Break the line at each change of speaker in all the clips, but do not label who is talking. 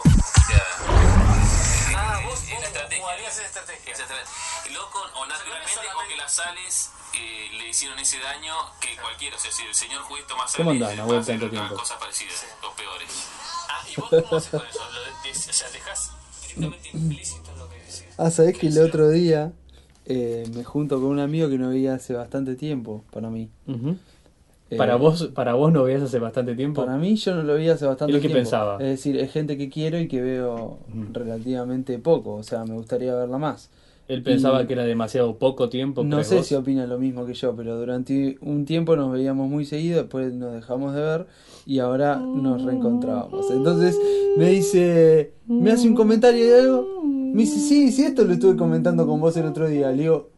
Ah,
extraterrestre. Y luego con, o naturalmente o que las sales eh, le hicieron ese daño que cualquiera. O sea, si el señor juez Tomás
¿Cómo
Sales
andás,
le
Nahuel,
pasa
tanto tiempo?
cosas parecidas o peores.
Ah, ¿y vos cómo haces con eso? Lo de- de- o sea, dejás directamente implícito lo que decís.
Ah, sabés que el otro día eh, me junto con un amigo que no veía hace bastante tiempo, para mí.
Ujú.
Eh,
Para vos, para vos no veías hace bastante tiempo.
Para mí yo no lo vi hace bastante
¿Y qué
tiempo.
pensaba?
Es decir, es gente que quiero y que veo relativamente poco, o sea, me gustaría verla más.
Él pensaba
Y-
que era demasiado poco tiempo.
No
¿crees
sé
vos?
si opina lo mismo que yo, pero durante un tiempo nos veíamos muy seguido, después nos dejamos de ver y ahora nos reencontrábamos. Entonces me dice, me hace un comentario de algo, me dice, sí, sí, esto lo estuve comentando con vos el otro día. Le digo,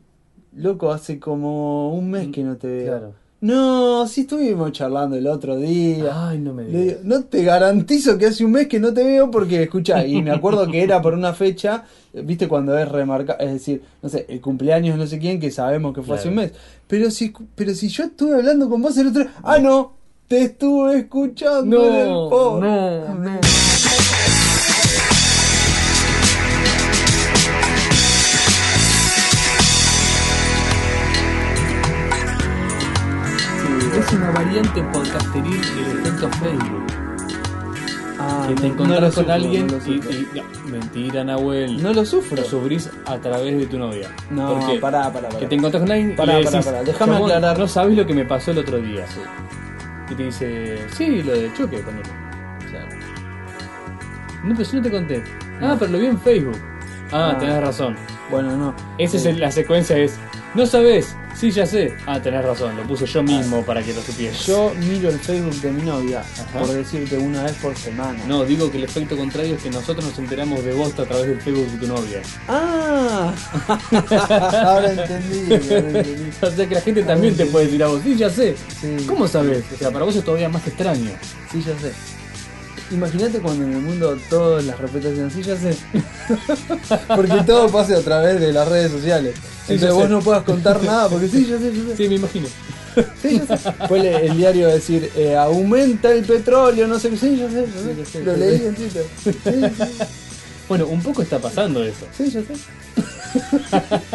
loco, hace como un mes que no te veo.
Claro.
No, sí estuvimos charlando el otro día.
Ay, no me
Le
digas.
digo, no te garantizo que hace un mes que no te veo porque, escucha, y me acuerdo que era por una fecha, eh, viste, cuando es remarca, es decir, no sé, el cumpleaños no sé quién, que sabemos que fue hace un
Claro.
mes. Pero si, pero si yo estuve hablando con vos el otro ah, no, te estuve escuchando en el
No,
podcast.
no, no. Es una variante podcasteril del efecto Facebook.
Ah,
que te
no- no
encontrás
lo
con
sufro,
alguien
no lo
y,
sufro.
y- ya, Mentira, Nahuel.
No lo sufro.
Lo sufrís a través de tu novia.
No,
¿Por qué?
pará, pará, pará.
Que te encontrás con alguien
Pará,
y le
pará,
decís,
pará, déjame
"Chabón,
aclarar".
No sabes lo que me pasó el otro día. Y te dice, sí, lo de choque con él. No, pero yo no te conté. Ah, pero lo vi en Facebook. Ah,
Ah.
tenés razón.
Bueno, no.
Esa es
Eh,
el- la secuencia es, no sabes, sí, ya sé. Ah, tenés razón, lo puse yo mismo para que lo supieras.
Yo miro el Facebook de mi novia, por decirte, una vez por semana.
No, digo que el efecto contrario es que nosotros nos enteramos de vos a través del Facebook de tu novia.
Ah, ahora entendí, ahora entendí.
O sea que la gente también te puede decir a vos, sí, ya sé.
Sí.
¿Cómo sabes? O sea, para vos es todavía más extraño.
Sí, ya sé. Imagínate cuando en el mundo todas las respuestas sean sí, ya sé. porque todo pase a través de las redes sociales.
Sí,
Entonces
ya
vos
sé.
no puedas contar nada porque sí, ya sé, ya sé.
Sí, me imagino.
Sí, ya sé. Fue el, el diario a decir, eh, aumenta el petróleo, no sé qué. Sí, ya sé, ya sé.
Sí, ya sé,
Lo
ya
leí
sé.
en Twitter. Sí, sí,
Bueno, un poco está pasando eso.
sí, ya sé.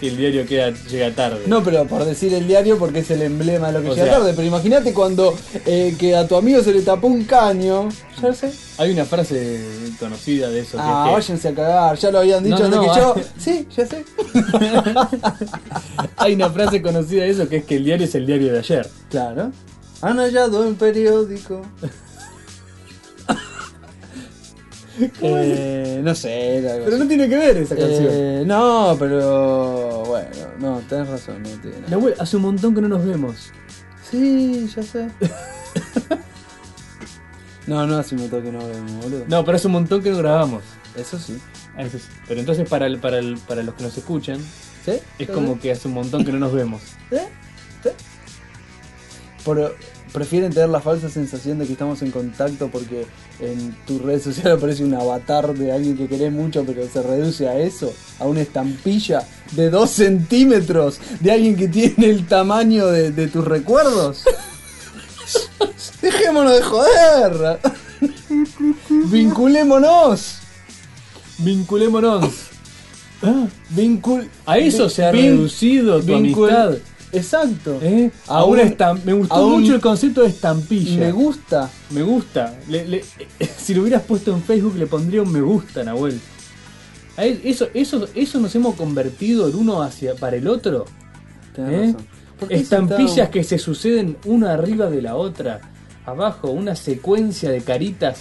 Que el diario queda, llega tarde.
No, pero por decir el diario porque es el emblema de lo que
O
llega
sea-
tarde. Pero imagínate cuando eh, que a tu amigo se le tapó un caño. Ya sé.
Hay una frase conocida de eso. que
Ah,
es que
váyanse a cagar, ya lo habían dicho
No,
antes
no,
que yo.
ah.
Sí, ya sé.
Hay una frase conocida de eso que es que el diario es el diario de ayer.
Claro. Han hallado un periódico. Eh, no sé, era algo
Pero
así.
no tiene que ver esa canción.
Eh, no, pero bueno, no, tenés razón, no tiene nada.
Nahuel, hace un montón que no nos vemos.
Sí, ya sé. no, no, así me toque no vemos, boludo.
No, pero hace un montón que no grabamos. Ah,
Eso sí.
Eso sí. Pero entonces para, el- para, el- para los que nos escuchan,
¿Sí?
es
¿Ya
como que hace un montón que no nos vemos.
sé? ¿Eh? ¿Sí? Pero prefieren tener la falsa sensación de que estamos en contacto porque en tu red social aparece un avatar de alguien que querés mucho, pero se reduce a eso, a una estampilla de dos centímetros de alguien que tiene el tamaño de, de tus recuerdos. Dejémonos de joder. Vinculémonos.
Vinculémonos.
Vincul
A eso
vi-
se ha
vin-
reducido tu
vincul-
amistad.
Exacto.
¿Eh?
A
A una
un-
estam- me gustó
a un-
mucho el concepto de estampilla.
Me gusta.
Me gusta. Le- le- si lo hubieras puesto en Facebook le pondría un me gusta, Nahuel. A él- eso, eso, eso nos hemos convertido el uno hacia para el otro.
Tenés
¿eh?
razón. ¿Por qué
Estampillas
sentado?
que se suceden una arriba de la otra. Abajo, una secuencia de caritas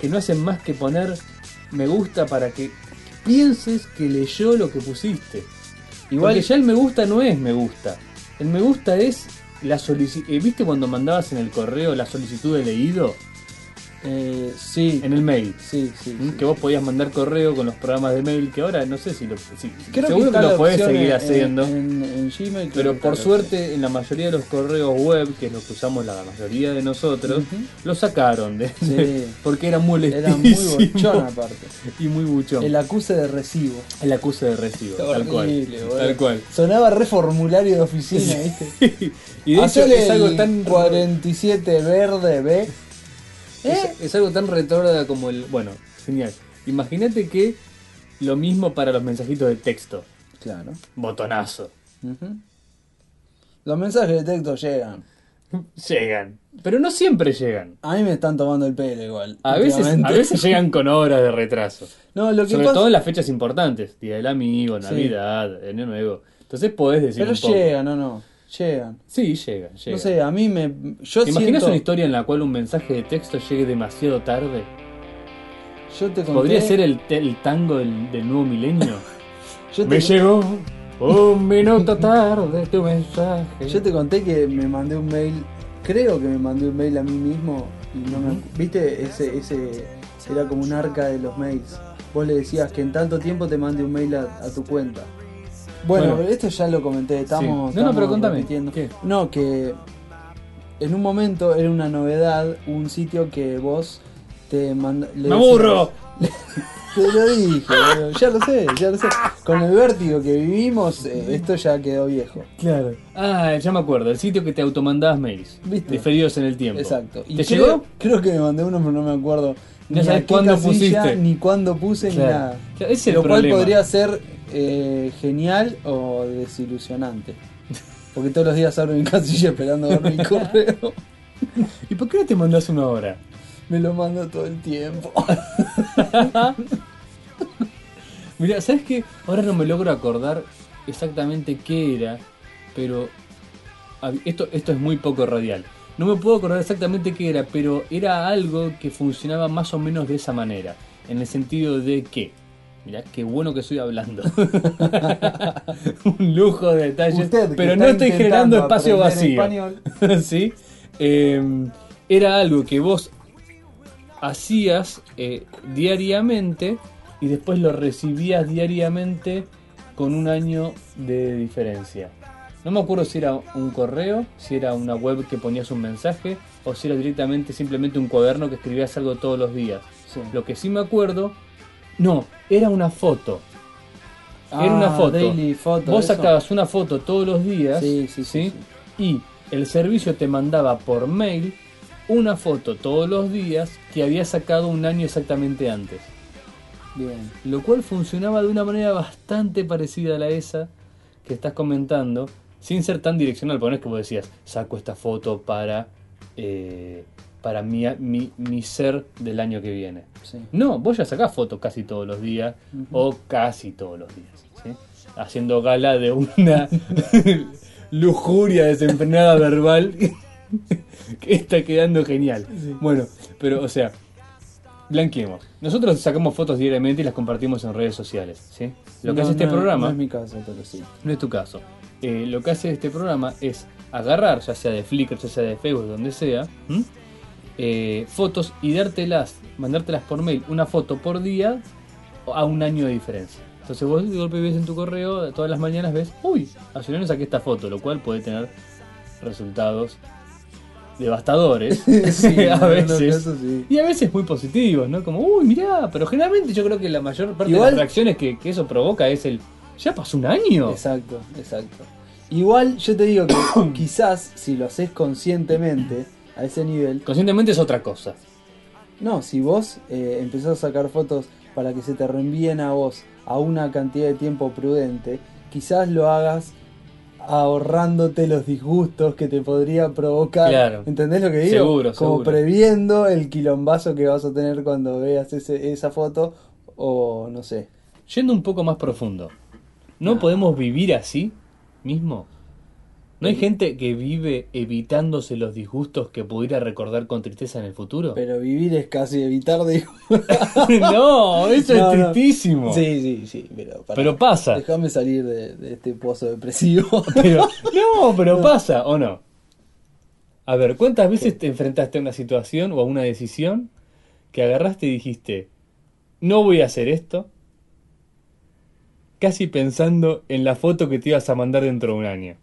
que no hacen más que poner me gusta para que pienses que leyó lo que pusiste. Igual
Igual-
ya el me gusta no es me gusta. El me gusta es la solicitud. ¿Viste cuando mandabas en el correo la solicitud de leído?
Eh, sí.
En el mail.
Sí, sí.
¿Mm?
sí.
Que vos podías mandar correo con los programas de mail que ahora no sé si lo. si-
Creo
seguro que,
está
lo
la
podés
opción
seguir
en-
haciendo.
En, en Gmail, creo
pero por
que está la opción.
suerte en la mayoría de los correos web, que es lo que usamos la mayoría de nosotros,
Ujú.
lo sacaron de,
Sí.
porque era molestísimo.
Era muy bochón aparte.
Y muy buchón.
El
El,
acuse de recibo.
acuse de recibo, tal cual.
Horrible, boludo.
Tal cual.
Sonaba reformulario de oficina, ¿viste?
y de hecho
Hacele
es algo
el
tan
47 verde, B.
Es, es algo tan retrógrada como el. Bueno, genial. Imagínate que Lo mismo para los mensajitos de texto.
Claro.
Botonazo.
Ujú. Los mensajes de texto llegan.
Llegan. Pero no siempre llegan.
A mí me están tomando el pelo igual.
A veces, a
últimamente.
veces llegan con horas de retraso.
No, lo que
Sobre
pasa-
todo en las fechas importantes. Día del amigo, Navidad, Año Nuevo. Entonces podés decir
Pero
un poco.
llegan, no, no. Llegan.
Sí, llegan, llegan.
No sé, a mí me. Yo
¿Te imaginas
siento.
una historia en la cual un mensaje de texto llegue demasiado tarde?
Yo te conté.
¿Podría ser el, te- el tango del, del nuevo milenio?
yo
me
te,
llegó un minuto tarde tu mensaje.
yo te conté que me mandé un mail. Creo que me mandé un mail a mí mismo. Y no me. ¿Viste? Ese, ese. Era como un arca de los mails. Vos le decías que en tanto tiempo te mande un mail a, a tu cuenta. Bueno,
Bueno.
esto ya lo comenté. Estamos.
No, no,
estamos
pero contame,
repitiendo.
¿qué?
No, que. En un momento era una novedad un sitio que vos te manda. le
¡Me
decías-
aburro!
Te lo dije, boludo. ya lo sé, ya lo sé. Con el vértigo que vivimos, eh, esto ya quedó viejo.
Claro. Ah, ya me acuerdo. El sitio que te automandabas mails.
Viste.
Diferidos en el tiempo.
Exacto.
¿Te
creo,
llegó?
Creo que me mandé uno, pero no me acuerdo.
No
a
sabes
qué
cuándo
casilla,
pusiste.
Ni cuándo puse,
Claro.
ni nada.
Claro, ese es
Lo
el
cual
problema.
podría ser eh, genial o desilusionante. Porque todos los días abro mi casilla esperando ver mi correo.
¿Y por qué no te mandás una hora?
Me lo mando todo el tiempo.
Mira, ¿sabes qué? Ahora no me logro acordar exactamente qué era, pero hab- esto, esto es muy poco radial. No me puedo acordar exactamente qué era, pero era algo que funcionaba más o menos de esa manera. En el sentido de que, mirá, qué bueno que estoy hablando. Un lujo de detalles,
Usted que
pero
está
no estoy generando
intentando
espacio
aprender
vacío. ¿Sí? Eh, era algo que vos hacías eh, diariamente y después lo recibías diariamente con un año de diferencia. No me acuerdo si era un correo, si era una web que ponías un mensaje o si era directamente simplemente un cuaderno que escribías algo todos los días.
Sí.
Lo que sí me acuerdo, no, era una foto. Era una
Ah,
foto.
daily photo,
Vos
eso.
sacabas una foto todos los días.
Sí, sí, sí,
Y el servicio te mandaba por mail una foto todos los días que había sacado un año exactamente antes.
Bien.
Lo cual funcionaba de una manera bastante parecida a la esa que estás comentando, sin ser tan direccional, porque no es que vos decías, saco esta foto para, eh, para mi, mi, mi ser del año que viene.
Sí.
No, vos ya sacás fotos casi todos los días o casi todos los días, ¿sí? haciendo gala de una lujuria desenfrenada verbal que está quedando genial. Bueno, pero o sea, blanqueemos. Nosotros sacamos fotos diariamente y las compartimos en redes sociales. ¿sí? Lo que
No,
hace este
no,
programa
No es mi caso, pero sí.
no es tu caso. Eh, lo que hace este programa es agarrar, ya sea de Flickr, ya sea de Facebook, donde sea, ¿m? Eh, fotos y dártelas, mandártelas por mail, una foto por día a un año de diferencia. Entonces vos de golpe ves en tu correo, todas las mañanas ves, uy, hace un año saqué esta foto, lo cual puede tener resultados devastadores
Sí,
a
no, no,
veces.
eso sí.
Y a veces muy positivos, ¿no? Como, uy, mirá, pero generalmente yo creo que la mayor parte de
Igual-
las reacciones que, que eso provoca es el, ya pasó un año.
Exacto, exacto. Igual yo te digo que quizás si lo haces conscientemente a ese nivel,
Conscientemente es otra cosa.
no, si vos eh, empezás a sacar fotos para que se te reenvíen a vos a una cantidad de tiempo prudente, quizás lo hagas ahorrándote los disgustos que te podría provocar.
Claro.
¿Entendés lo que digo?
Seguro,
Como
seguro.
previendo el quilombazo que vas a tener cuando veas ese- esa foto o no sé.
Yendo un poco más profundo, ¿no podemos vivir así mismo? ¿No
Eh.
hay gente que vive evitándose los disgustos que pudiera recordar con tristeza en el futuro?
Pero vivir es casi evitar disgustos.
no, eso
No,
es
no.
tristísimo.
Sí, sí, sí, pero pará.
Pero pasa.
Déjame salir de, de este pozo depresivo.
Pero- no, pero pasa, ¿o no? A ver, ¿cuántas veces te enfrentaste a una situación o a una decisión que agarraste y dijiste, no voy a hacer esto? Casi pensando en la foto que te ibas a mandar dentro de un año.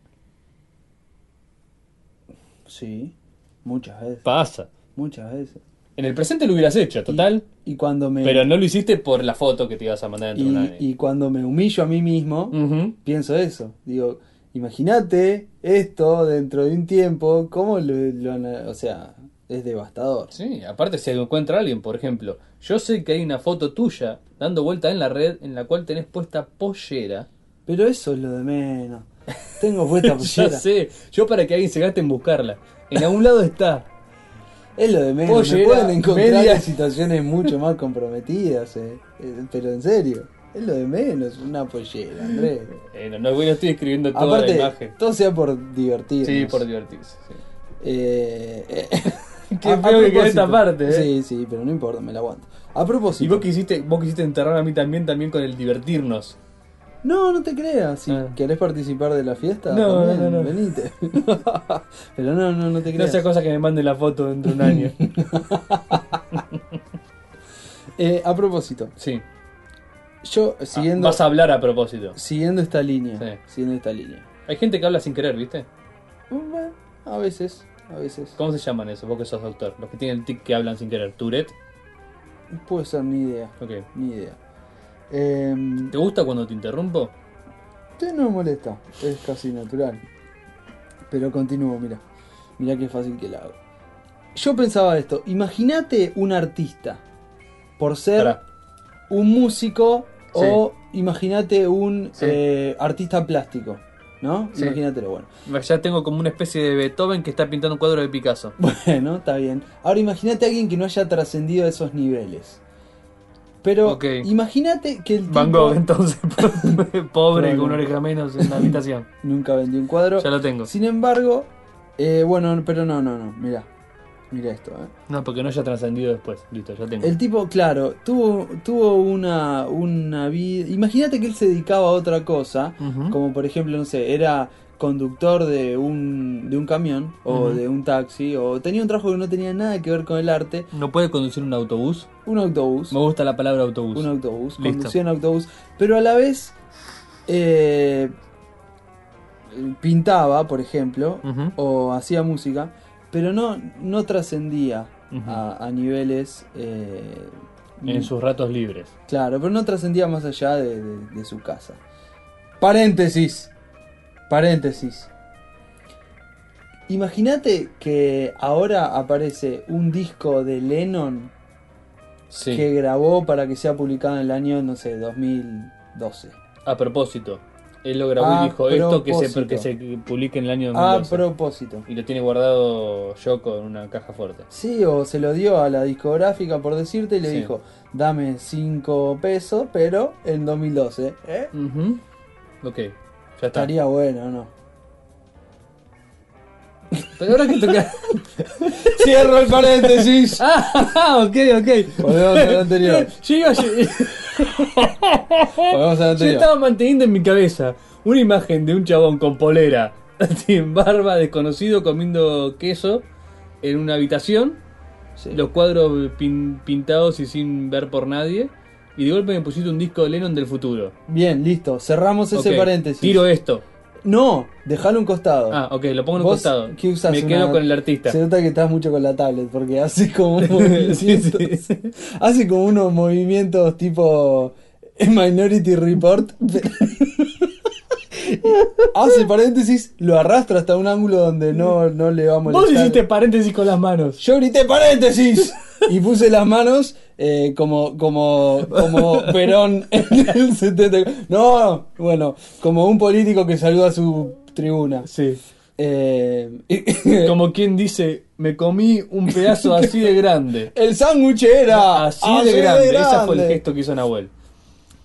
sí, muchas veces.
Pasa.
Muchas veces.
En el presente lo hubieras hecho, total.
Y cuando me
Pero no lo hiciste por la foto que te ibas a mandar dentro de un año.
y, y cuando me humillo a mí mismo,
Ujú.
pienso eso. Digo, imagínate esto dentro de un tiempo, cómo lo, lo ana- o sea, es devastador.
Sí, aparte si encuentra alguien, por ejemplo, yo sé que hay una foto tuya dando vuelta en la red en la cual tenés puesta pollera.
Pero eso es lo de menos. Tengo puesta
Ya
pollera.
sé, yo para que alguien se gaste en buscarla. En algún lado está.
Es lo de menos.
Pollera,
Me pueden encontrar
media.
en situaciones mucho más comprometidas, eh. Eh, Pero en serio, es lo de menos. Una pollera, Andrés.
Eh, no, no, bueno, estoy escribiendo toda la
Aparte,
imagen.
todo sea por divertirnos.
Sí, por divertirse. sí.
Eh, eh,
Qué feo que quedó esta
propósito.
parte, eh.
Sí, sí, pero no importa, me la aguanto. A
Y
propósito.
vos quisiste, vos quisiste enterrar a mí también, también con el divertirnos.
No, no te creas. Si
Ah.
querés participar de la fiesta,
No,
también,
no, no, no.
venite. pero no, no, no te
No
creas.
sea cosa que me mande la foto dentro de un año.
Eh, a propósito,
Sí.
yo siguiendo,
Vas a hablar a propósito.
siguiendo esta línea.
Sí.
Siguiendo esta línea.
Hay gente que habla sin querer, ¿viste?
Bueno, a veces, a veces.
¿Cómo se llaman esos? Vos que sos doctor. Los que tienen el tic que hablan sin querer. Tourette.
Puede ser ni idea,
Ok.
ni idea. Eh,
¿Te gusta cuando te interrumpo?
Te no me molesta, es casi natural. Pero continúo, mira. Mira qué fácil que la hago. Yo pensaba esto, imagínate un artista por ser
Pará.
un músico
Sí.
o imagínate un
Sí.
eh, artista plástico, ¿no?
Sí.
Imagínatelo, bueno.
Ya tengo como una especie de Beethoven que está pintando un cuadro de Picasso.
Bueno, está bien. Ahora imagínate a alguien que no haya trascendido esos niveles. Pero
Ok.
imagínate que el tipo
Van Gogh, entonces. Pobre, con una oreja menos en la habitación.
nunca vendió un cuadro.
Ya lo tengo.
Sin embargo, eh, bueno, pero no, no, no, mira. Mira esto, eh.
No, porque no haya trascendido después. Listo, ya tengo.
El tipo, claro, tuvo, tuvo una, una vida. Imagínate que él se dedicaba a otra cosa,
Ujú.
como por ejemplo, no sé, era conductor de un, de un camión o
Ujú.
de un taxi, o tenía un trabajo que no tenía nada que ver con el arte,
¿No puede conducir un autobús?
un autobús,
Me gusta la palabra autobús.
un autobús,
Listo.
conducía un autobús, pero a la vez eh, pintaba, por ejemplo,
Ujú.
o hacía música, pero no, no trascendía
Ujú.
a, a niveles... eh,
En sus ratos libres.
Claro, pero no trascendía más allá de, de- de su casa. Paréntesis. Paréntesis. Imagínate que ahora aparece un disco de Lennon
Sí.
que grabó para que sea publicado en el año, no sé, 2012.
A propósito. Él lo grabó
A
y dijo esto que se,
Ah, propósito. Ah,
que se publique en el año
A
2012.
propósito.
Y lo tiene guardado Yoko en una caja fuerte.
Sí, o se lo dio a la discográfica por decirte y le
Sí.
dijo, dame 5 pesos, pero en 2012. ¿eh?
Ujú. Ok, ya está.
Estaría bueno, ¿no?
Pero ahora que toca.
Cierro el paréntesis.
ah, ok, ok.
Volvemos al anterior.
Yo, iba- yo-
Volvemos al
yo
anterior.
estaba manteniendo en mi cabeza una imagen de un chabón con polera, sin barba, desconocido, comiendo queso en una habitación.
Sí.
Los cuadros pin- pintados y sin ver por nadie. Y de golpe me pusiste un disco de Lennon del futuro.
Bien, listo. Cerramos ese
Ok,
paréntesis.
Tiro esto.
No, dejalo a un costado.
Ah, ok, lo pongo en un
Vos,
costado.
¿qué usás?
Me quedo
Una-
con el artista.
Se nota que estás mucho con la tablet porque hace como movimientos.
Sí, sí.
Hace como unos movimientos tipo Minority Report. hace paréntesis, lo arrastra hasta un ángulo donde no, no le va a molestar.
Vos hiciste paréntesis con las manos.
Yo grité paréntesis y puse las manos eh, como como como Perón en el 70. No, bueno, como un político que saluda a su tribuna.
Sí.
Eh,
Como quien dice, me comí un pedazo así de grande.
el sándwich era
Ah, Así, de, grande. Ese fue el gesto que hizo Nahuel.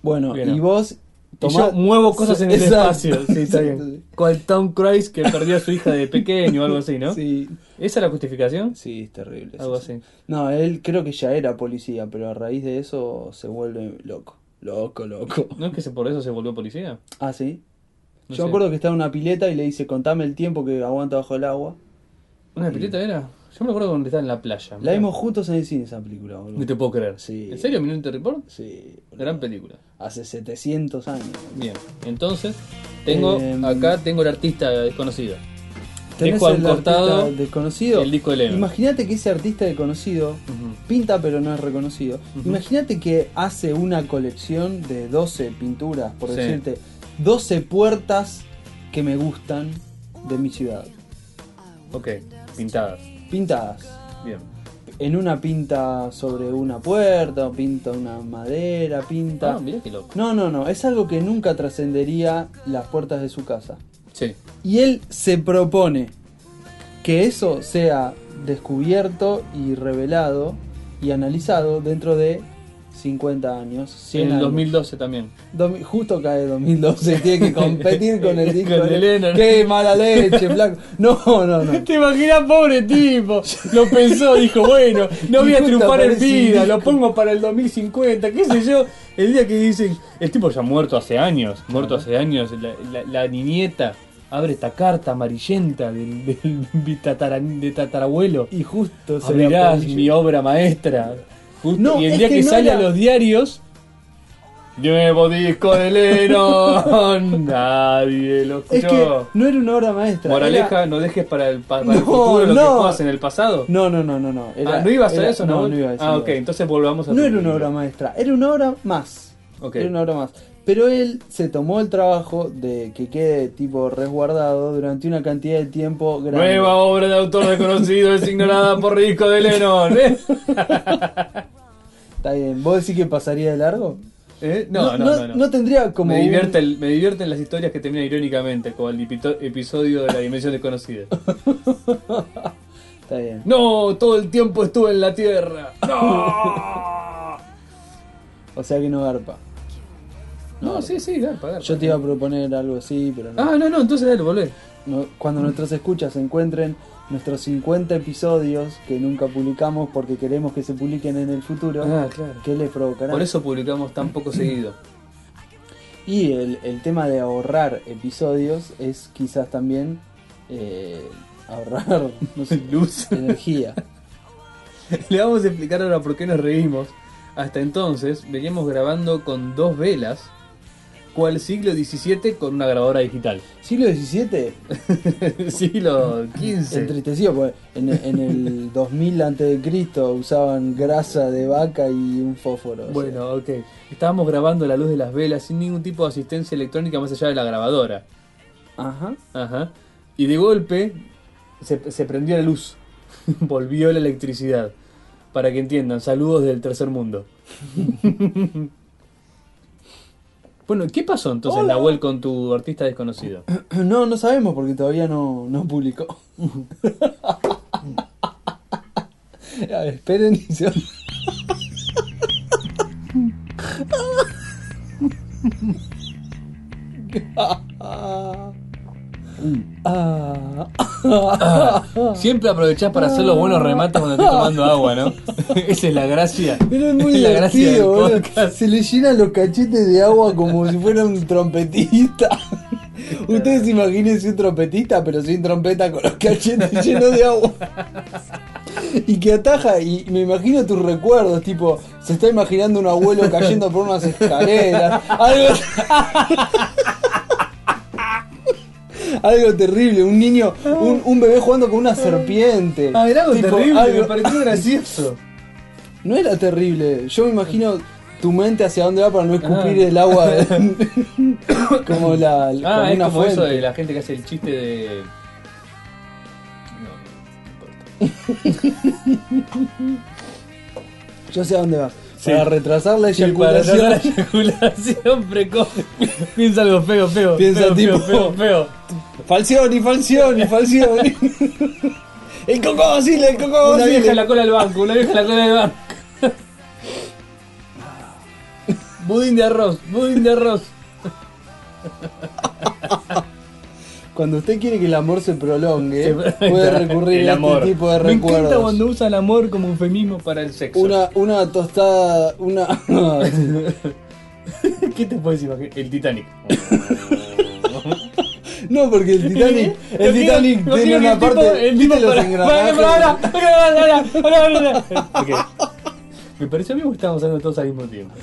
Bueno,
Bien.
y vos
Y
tomá-
yo muevo cosas en el
Exacto.
espacio. Sí, está bien.
Exacto.
Con Tom Cruise que perdió a su hija de pequeño o algo así, ¿no?
Sí,
¿Esa es la justificación?
sí, es terrible. sí,
Algo
sí.
así.
No, él creo que ya era policía, pero a raíz de eso se vuelve loco. Loco, loco.
¿No es que se- por eso se volvió policía?
Ah, sí.
No
Yo
sé.
me acuerdo que estaba en una pileta y le dice, contame el tiempo que aguanta bajo el agua.
¿Una pileta era? Yo me acuerdo cuando estaba en Mm. la playa.
La
mirá.
vimos juntos en el cine esa película, boludo.
No te puedo creer.
Sí.
¿En serio? ¿Minority Report?
Sí. boludo.
Gran película.
Hace 700 años.
Bien. Entonces, tengo
Em,
acá tengo el artista desconocido.
Tenés
Dejo al
el
costado
artista desconocido.
el disco de Lennon.
Imagínate que ese artista desconocido
Ujú.
pinta pero no es reconocido.
Ujú.
Imagínate que hace una colección de 12 pinturas, por
Sí.
decirte, 12 puertas que me gustan de mi ciudad.
Ok, pintadas.
Pintadas.
Bien.
En una pinta sobre una puerta, o pinta una madera, pinta.
Ah, mirá qué loco.
No, no, no. Es algo que nunca trascendería las puertas de su casa.
Sí.
Y él se propone que eso sea descubierto y revelado y analizado dentro de 50 años, 100
en el
años.
2012 también.
Domi- justo cae 2012 tiene que competir con el disco
Con el Lennon.
Qué mala leche, Blanco. No, no, no.
Te imaginas, pobre tipo. Lo pensó, dijo, bueno, no voy a
Justo
triunfar en
aparece un
vida,
disco.
lo pongo para el 2050, qué sé yo. El día que dicen, el tipo ya muerto hace años, muerto hace años, la, la- la niñeta abre esta carta amarillenta del, del mi tatara- de tatarabuelo.
Y justo se le
Abrirás
apoya.
mi obra maestra. Justo-
No,
y el
es
día que,
que no
sale
la-
a los diarios. Nuevo disco de Lennon. Nadie lo escuchó.
Es que no era una obra maestra.
Moraleja,
era-
no dejes para el, pa- para el
No,
futuro lo
no.
que puedas en el pasado.
No, no, no, no, no. Era,
Ah, ¿No ibas a
era-
eso? No,
no iba a eso.
Ah,
no
ok,
iba a eso.
entonces volvamos a.
No era una obra maestra, era una obra más.
Ok.
Era una obra más. Pero él se tomó el trabajo de que quede tipo resguardado durante una cantidad de tiempo grande.
Nueva obra de autor desconocido es ignorada por disco de Lennon. ¿eh?
Está bien. ¿Vos decís que pasaría de largo?
¿Eh? No, no, no. no.
tendría como.
me,
un-
divierte el- me divierten las historias que terminan irónicamente, como el epito- episodio de la dimensión desconocida.
Está bien.
No, todo el tiempo estuve en la Tierra. No,
O sea que no garpa.
no sí, sí, dale, pagar.
Yo te iba a proponer algo así, pero no.
Ah, no, no, entonces dale, volvé.
No- Cuando nuestros escuchas encuentren nuestros 50 episodios que nunca publicamos porque queremos que se publiquen en el futuro,
Ah, claro.
¿qué les provocará?
Por eso publicamos tan poco seguido.
Y el, el tema de ahorrar episodios es quizás también eh, ahorrar no sé,
Luz.
energía.
Le vamos a explicar ahora por qué nos reímos. Hasta entonces veníamos grabando con dos velas, cual siglo XVII con una grabadora digital.
Siglo XVII,
siglo XV.
entristecido, porque en, en el 2000 a.C. usaban grasa de vaca y un fósforo. o sea.
Bueno, ok. Estábamos grabando a la luz de las velas sin ningún tipo de asistencia electrónica más allá de la grabadora.
Ajá.
Ajá. Y de golpe se, se prendió la luz. Volvió la electricidad. Para que entiendan, saludos del tercer mundo. bueno, ¿qué pasó entonces,
Hola.
Nahuel, con tu artista desconocido?
No, no sabemos porque todavía no, no publicó. A ver, esperen y se... Ah. Ah.
Siempre aprovechás para hacer los buenos remates cuando estás tomando agua, ¿no? Esa es la gracia.
Ah. Pero es muy
la gracia del
divertido, boludo.
podcast.
Se le llenan los cachetes de agua como si fuera un trompetista. Ustedes imagínense un trompetista, pero sin trompeta, con los cachetes llenos de agua. Y que ataja, y me imagino tus recuerdos, tipo, se está imaginando un abuelo cayendo por unas escaleras, algo, algo terrible, un niño, un, un bebé jugando con una serpiente.
Ah, era algo
Tipo,
terrible,
algo-
me pareció gracioso.
no era terrible. Yo me imagino tu mente hacia dónde va para no escupir
Ah.
el agua de- como la
Ah,
como
es
una
como
fuente.
eso de la gente que hace el chiste de... No,
Yo sé a dónde vas.
Sí.
Para retrasar la
no importa.
eyaculación.
la eyaculación precoz. Piensa algo feo, feo.
Piensa
feo,
tipo-
Feo, feo, feo.
Falsioni, falsioni, falsioni. el coco vacila, el coco
Una vieja
vacila.
en la cola del banco, una vieja en la cola del banco. budín de arroz, budín de arroz.
Cuando usted quiere que el amor se prolongue,
Se-
Eh, puede recurrir
el
a
amor.
este tipo de
Me encanta
recuerdos.
cuando usa el amor como eufemismo para el sexo.
Una, una tostada, una...
¿Qué te puedes imaginar? El Titanic.
no, porque el
¿Eh?
Titanic, el Titanic tiene una parte...
El
¿viste
tipo
los
para,
engranajes?
para, para, para, para, para, para, para. Ok. Me pareció a mí que estábamos hablando todos al mismo tiempo.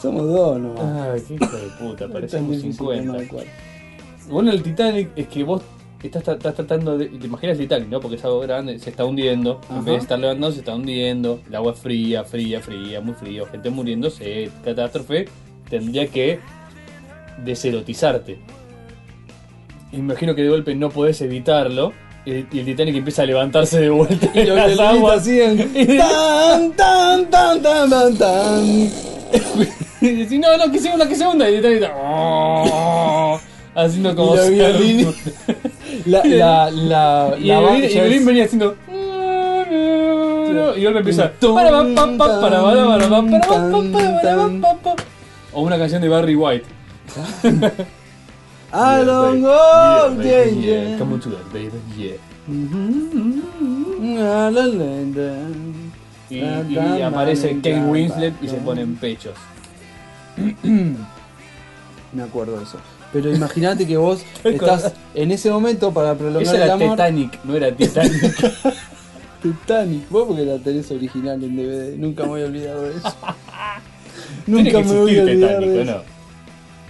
Somos dos nomás.
Ay, qué hijo de puta,
No es tan
parecemos
difícil, no
50.
me acuerdo.
Bueno, el Titanic es que vos estás, tra- estás tratando de. Te imaginas el Titanic, ¿no? Porque es algo grande, se está hundiendo. En
Ajá.
vez de estar levantando, se está hundiendo. El agua es fría, fría, fría, muy frío. Gente muriéndose, catástrofe. Tendría que deserotizarte. Imagino que de golpe no podés evitarlo. el, y el Titanic empieza a levantarse de vuelta
Y
en
los
las
violines
aguas.
hacían tan, tan, tan, tan, tan, tan.
Y decís, no, no, que segunda, que segunda. Y el Titanic está, "Oh", haciendo como.
Y los
cerdo.
violines. La, la, la,
Y
la
el
ba-
violín, y el
ya es-
violín venía haciendo. Y luego empieza.
Tum,
para, pa, pa, pa, para, para, para, para, para,
tan,
para, para,
tan.
para, para, para. O una canción de Barry White.
I don't
Yeah,
go,
baby,
yeah,
yeah,
yeah.
Come on to that, baby, yeah.
La, la, la, la.
Y,
Tan,
y
tan,
aparece
tan,
Kate
tan,
Winslet
tan,
y se
tan.
ponen pechos.
Me acuerdo de eso. Pero imagínate que vos
¿Te acordás?
estás en ese momento para prolongar
Esa
el
era
amor.
Titanic, no era Titanic.
Titanic, vos porque la tenés original en DVD, nunca me voy a olvidar de eso.
Tiene que
nunca me voy a
existir
olvidar
Titanic,
de
¿o
eso.
no?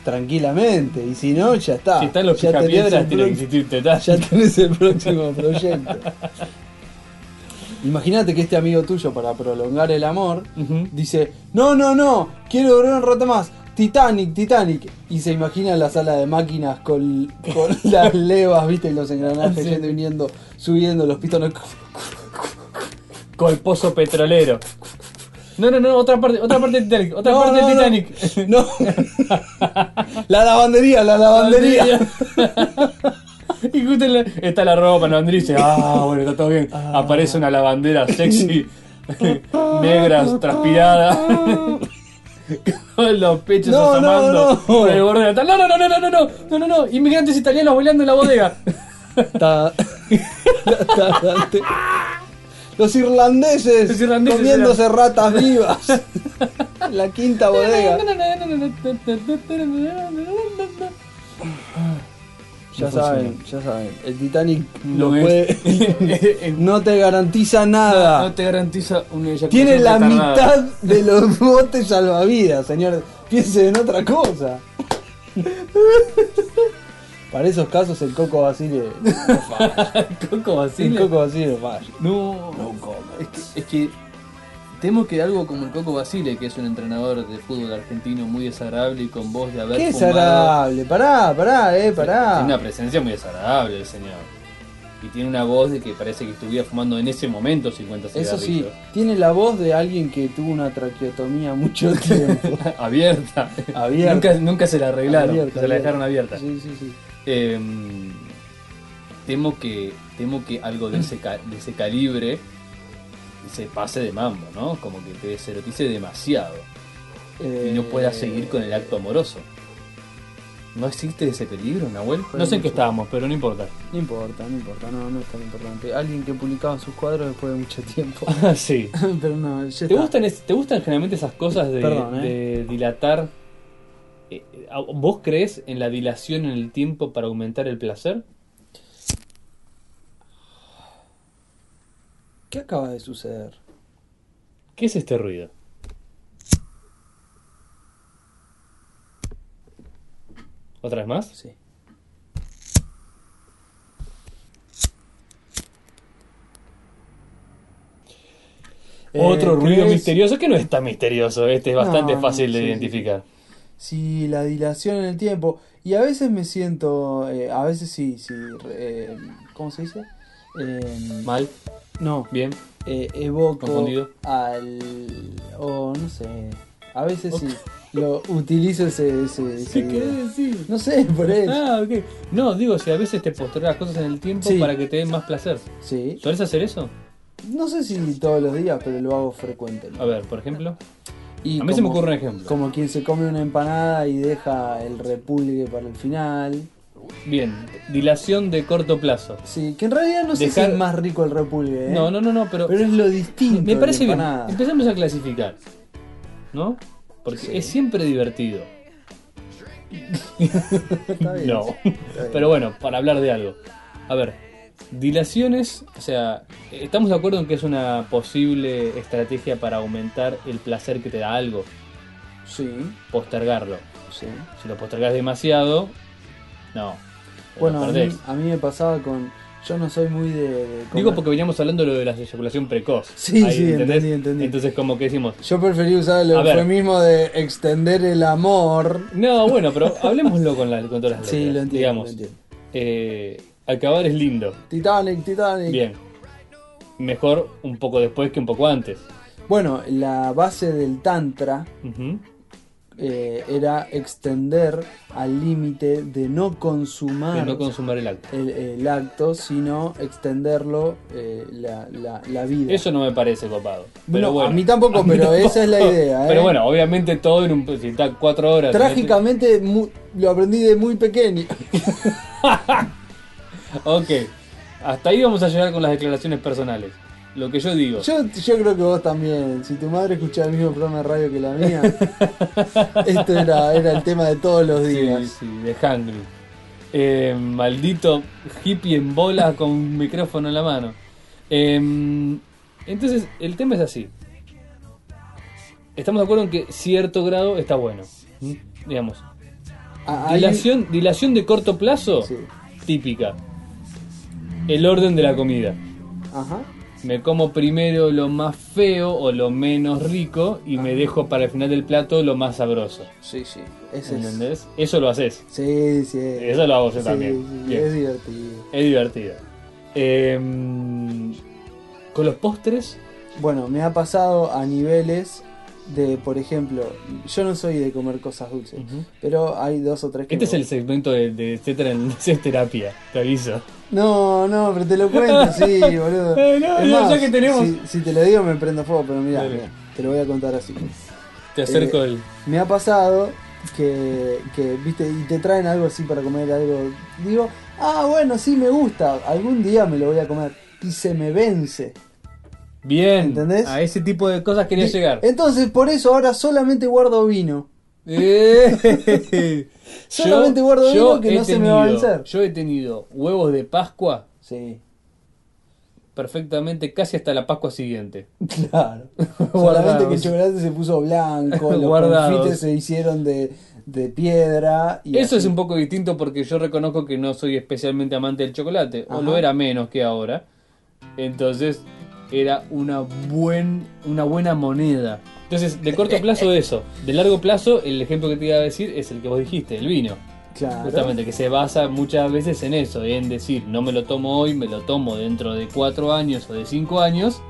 Tranquilamente, y si no, ya está.
Si están los
Ah, ya tenés
picapiedras, tiene
el
que
pro-
existir Titanic.
ya tenés el próximo proyecto. Imagínate que este amigo tuyo, para prolongar el amor,
Ujú.
dice: No, no, no, quiero durar un rato más. Titanic, Titanic. Y se imagina la sala de máquinas con, con las levas, viste, y los engranajes
Sí.
yendo y viniendo, subiendo los pistones.
Con el pozo petrolero. No, no, no, otra parte, otra parte de Titanic, otra
No,
parte
no,
de
no.
Titanic.
No. la lavandería, la lavandería.
y justo en la- está la ropa, la lavandería y dice, ah, bueno, está todo bien. Aparece una lavandera sexy, negra, transpirada. Con los pechos
No, no,
asomando
no.
por el borde de la tabla. No, no, no, no, no, no, no, no, no, inmigrantes italianos bailando en la bodega.
Ta- ta- dante. Los irlandeses,
Los irlandeses
comiéndose ratas vivas. La quinta bodega. Ya saben, ya saben. El Titanic
Lo
no,
ves.
puede- no te garantiza nada.
No te garantiza un eyaculación
Tiene la
retardada.
mitad de los botes salvavidas, señor. Piensen en otra cosa. Para esos casos el coco basile.
Coco
El
Basile.
coco basile falla.
No. Es que, es que temo que algo como el Coco Basile, que es un entrenador de fútbol argentino muy desagradable y con voz de haber
Qué
fumado-
desagradable. Pará, pará, eh,
Tiene una
pará.
presencia muy desagradable el señor. Y tiene una voz de que parece que estuviera fumando en ese momento 50
Eso
cigarrillos.
sí, tiene la voz de alguien que tuvo una traqueotomía mucho tiempo.
abierta.
Abierta.
Nunca, nunca se la arreglaron, se
Abierta,
la
abierta.
dejaron abierta.
Sí, sí, sí.
Em, temo que temo que algo de ese, ca- de ese calibre se pase de mambo, ¿no? Como que te se erotice demasiado y no
Eh,
puedas seguir con el acto amoroso. ¿No existe ese peligro, Nahuel? No sé en qué estábamos, pero no importa.
No importa, no importa, no, no es tan importante. Alguien que publicaba sus cuadros después de mucho tiempo.
Ah, sí.
Pero no, ya
¿Te
está.
gustan, es- ¿Te gustan generalmente esas cosas de,
Perdón, ¿eh?
de dilatar? Eh, eh, ¿Vos crees en la dilación en el tiempo para aumentar el placer?
¿Qué acaba de suceder?
¿Qué es este ruido? ¿Otra vez más?
Sí.
Otro
Eh,
ruido
¿crees?
misterioso que no es tan misterioso. Este es
No,
bastante
no,
fácil de
sí, sí,
identificar.
Sí, la dilación en el tiempo. Y a veces me siento, eh, a veces sí, sí, re- eh, ¿cómo se dice? Eh,
Mal,
no,
bien.
eh, evoco
Confundido.
al, o no sé, a veces sí, lo utilizo ese, ese, ese video.
decir?
No sé, por eso.
Ah, ok. No, digo, si a veces te postergas cosas en el tiempo
Sí.
para que te den más placer.
Sí.
¿Sueles hacer eso?
No sé si todos los días, pero lo hago frecuentemente.
A ver, por ejemplo.
Y
a mí se me
como-
ocurre un ejemplo.
Como quien se come una empanada y deja el repulgue para el final.
Bien, dilación de corto plazo.
Sí, que en realidad no sé
Dejar-
si es más rico el repulgue, ¿eh?
No, no, no, no, pero
Pero es lo distinto.
Me parece
de la
bien.
empanada.
Empezamos a clasificar. ¿No? Porque
Sí.
es siempre divertido.
Está bien,
no.
sí, está bien.
Pero bueno, para hablar de algo. A ver, dilaciones, o sea, estamos de acuerdo en que es una posible estrategia para aumentar el placer que te da algo,
Sí,
postergarlo.
sí.
Si lo postergas demasiado, no. te lo
Bueno, a mí,
perdés.
a mí me pasaba con. Yo no soy muy de. de comer.
Digo porque veníamos hablando de lo de la eyaculación precoz.
Sí, sí, entendí, entendí.
Entonces como que decimos,
Yo preferí usar el
A ver.
eufemismo de extender el amor.
No, bueno, pero hablemoslo con, la, con todas las letras.
Sí, lo entiendo.
Digamos,
lo entiendo.
eh, Acabar es lindo.
Titanic, Titanic.
Bien. Mejor un poco después que un poco antes.
Bueno, la base del Tantra
Ujú.
eh, era extender al límite de Ah, no consumar.
De no consumar el acto.
el, el acto, sino extenderlo eh, la, la- la vida.
Eso no me parece copado. Pero
No,
bueno.
a mí tampoco,
A mí
pero esa es la
tampoco.
idea, ¿eh?
Pero bueno, obviamente todo en un. Si está cuatro horas.
Trágicamente mu- lo aprendí de muy pequeño.
Ok. Hasta ahí vamos a llegar con las declaraciones personales. Lo que yo digo.
Yo, yo creo que vos también. Si tu madre escuchaba el mismo programa de radio que la mía, esto era, era el tema de todos los
Sí,
días.
sí, de Hungry. Eh, maldito hippie en bola con un micrófono en la mano. Eh, entonces, el tema es así. Estamos de acuerdo en que cierto grado está bueno. ¿Mm? Digamos,
Ah, hay-
dilación, dilación de corto plazo
Sí.
típica. El orden de la comida.
Ajá.
Me como primero lo más feo o lo menos rico y me dejo para el final del plato lo más sabroso.
Sí, sí. Ese es.
¿Entendés? Eso lo haces.
Sí, sí.
Eso lo hago yo
Sí,
también.
sí,
Bien.
es divertido.
Es divertido. Eh, con los postres,
Bueno, me ha pasado a niveles de, por ejemplo, yo no soy de comer cosas dulces,
Ujú.
pero hay dos o tres que
este
me
es el segmento de, de etcétera en es terapia, te aviso.
No, no, pero te lo cuento, sí, boludo.
Eh, no,
Es
ya-
más,
ya que tenemos-
Si, si te lo digo me prendo fuego, pero mira,
Dale.
te lo voy a contar así.
Te acerco
Eh,
el.
Me ha pasado que, que, viste, y te traen algo así para comer algo. Digo, ah, bueno, sí, me gusta, algún día me lo voy a comer. Y se me vence.
Bien,
¿entendés?
a ese tipo de cosas quería
Y-
llegar.
Entonces, por eso ahora solamente guardo vino.
Eh,
Solamente guardo
yo
vino que
he
no se me va a
tenido-
vencer.
Yo he tenido huevos de Pascua
Sí,
perfectamente casi hasta la Pascua siguiente.
claro. Solamente
Guardados.
que el chocolate se puso blanco, los
Guardados.
confites se hicieron de, de piedra. Y
Eso es
así.
un poco distinto porque yo reconozco que no soy especialmente amante del chocolate, o
Ajá.
lo era menos que ahora. Entonces era una, buen, una buena moneda. Entonces, de corto plazo eso, de largo plazo el ejemplo que te iba a decir es el que vos dijiste, el vino.
Claro.
Justamente, que se basa muchas veces en eso, en decir, no me lo tomo hoy, me lo tomo dentro de cuatro años o de cinco años,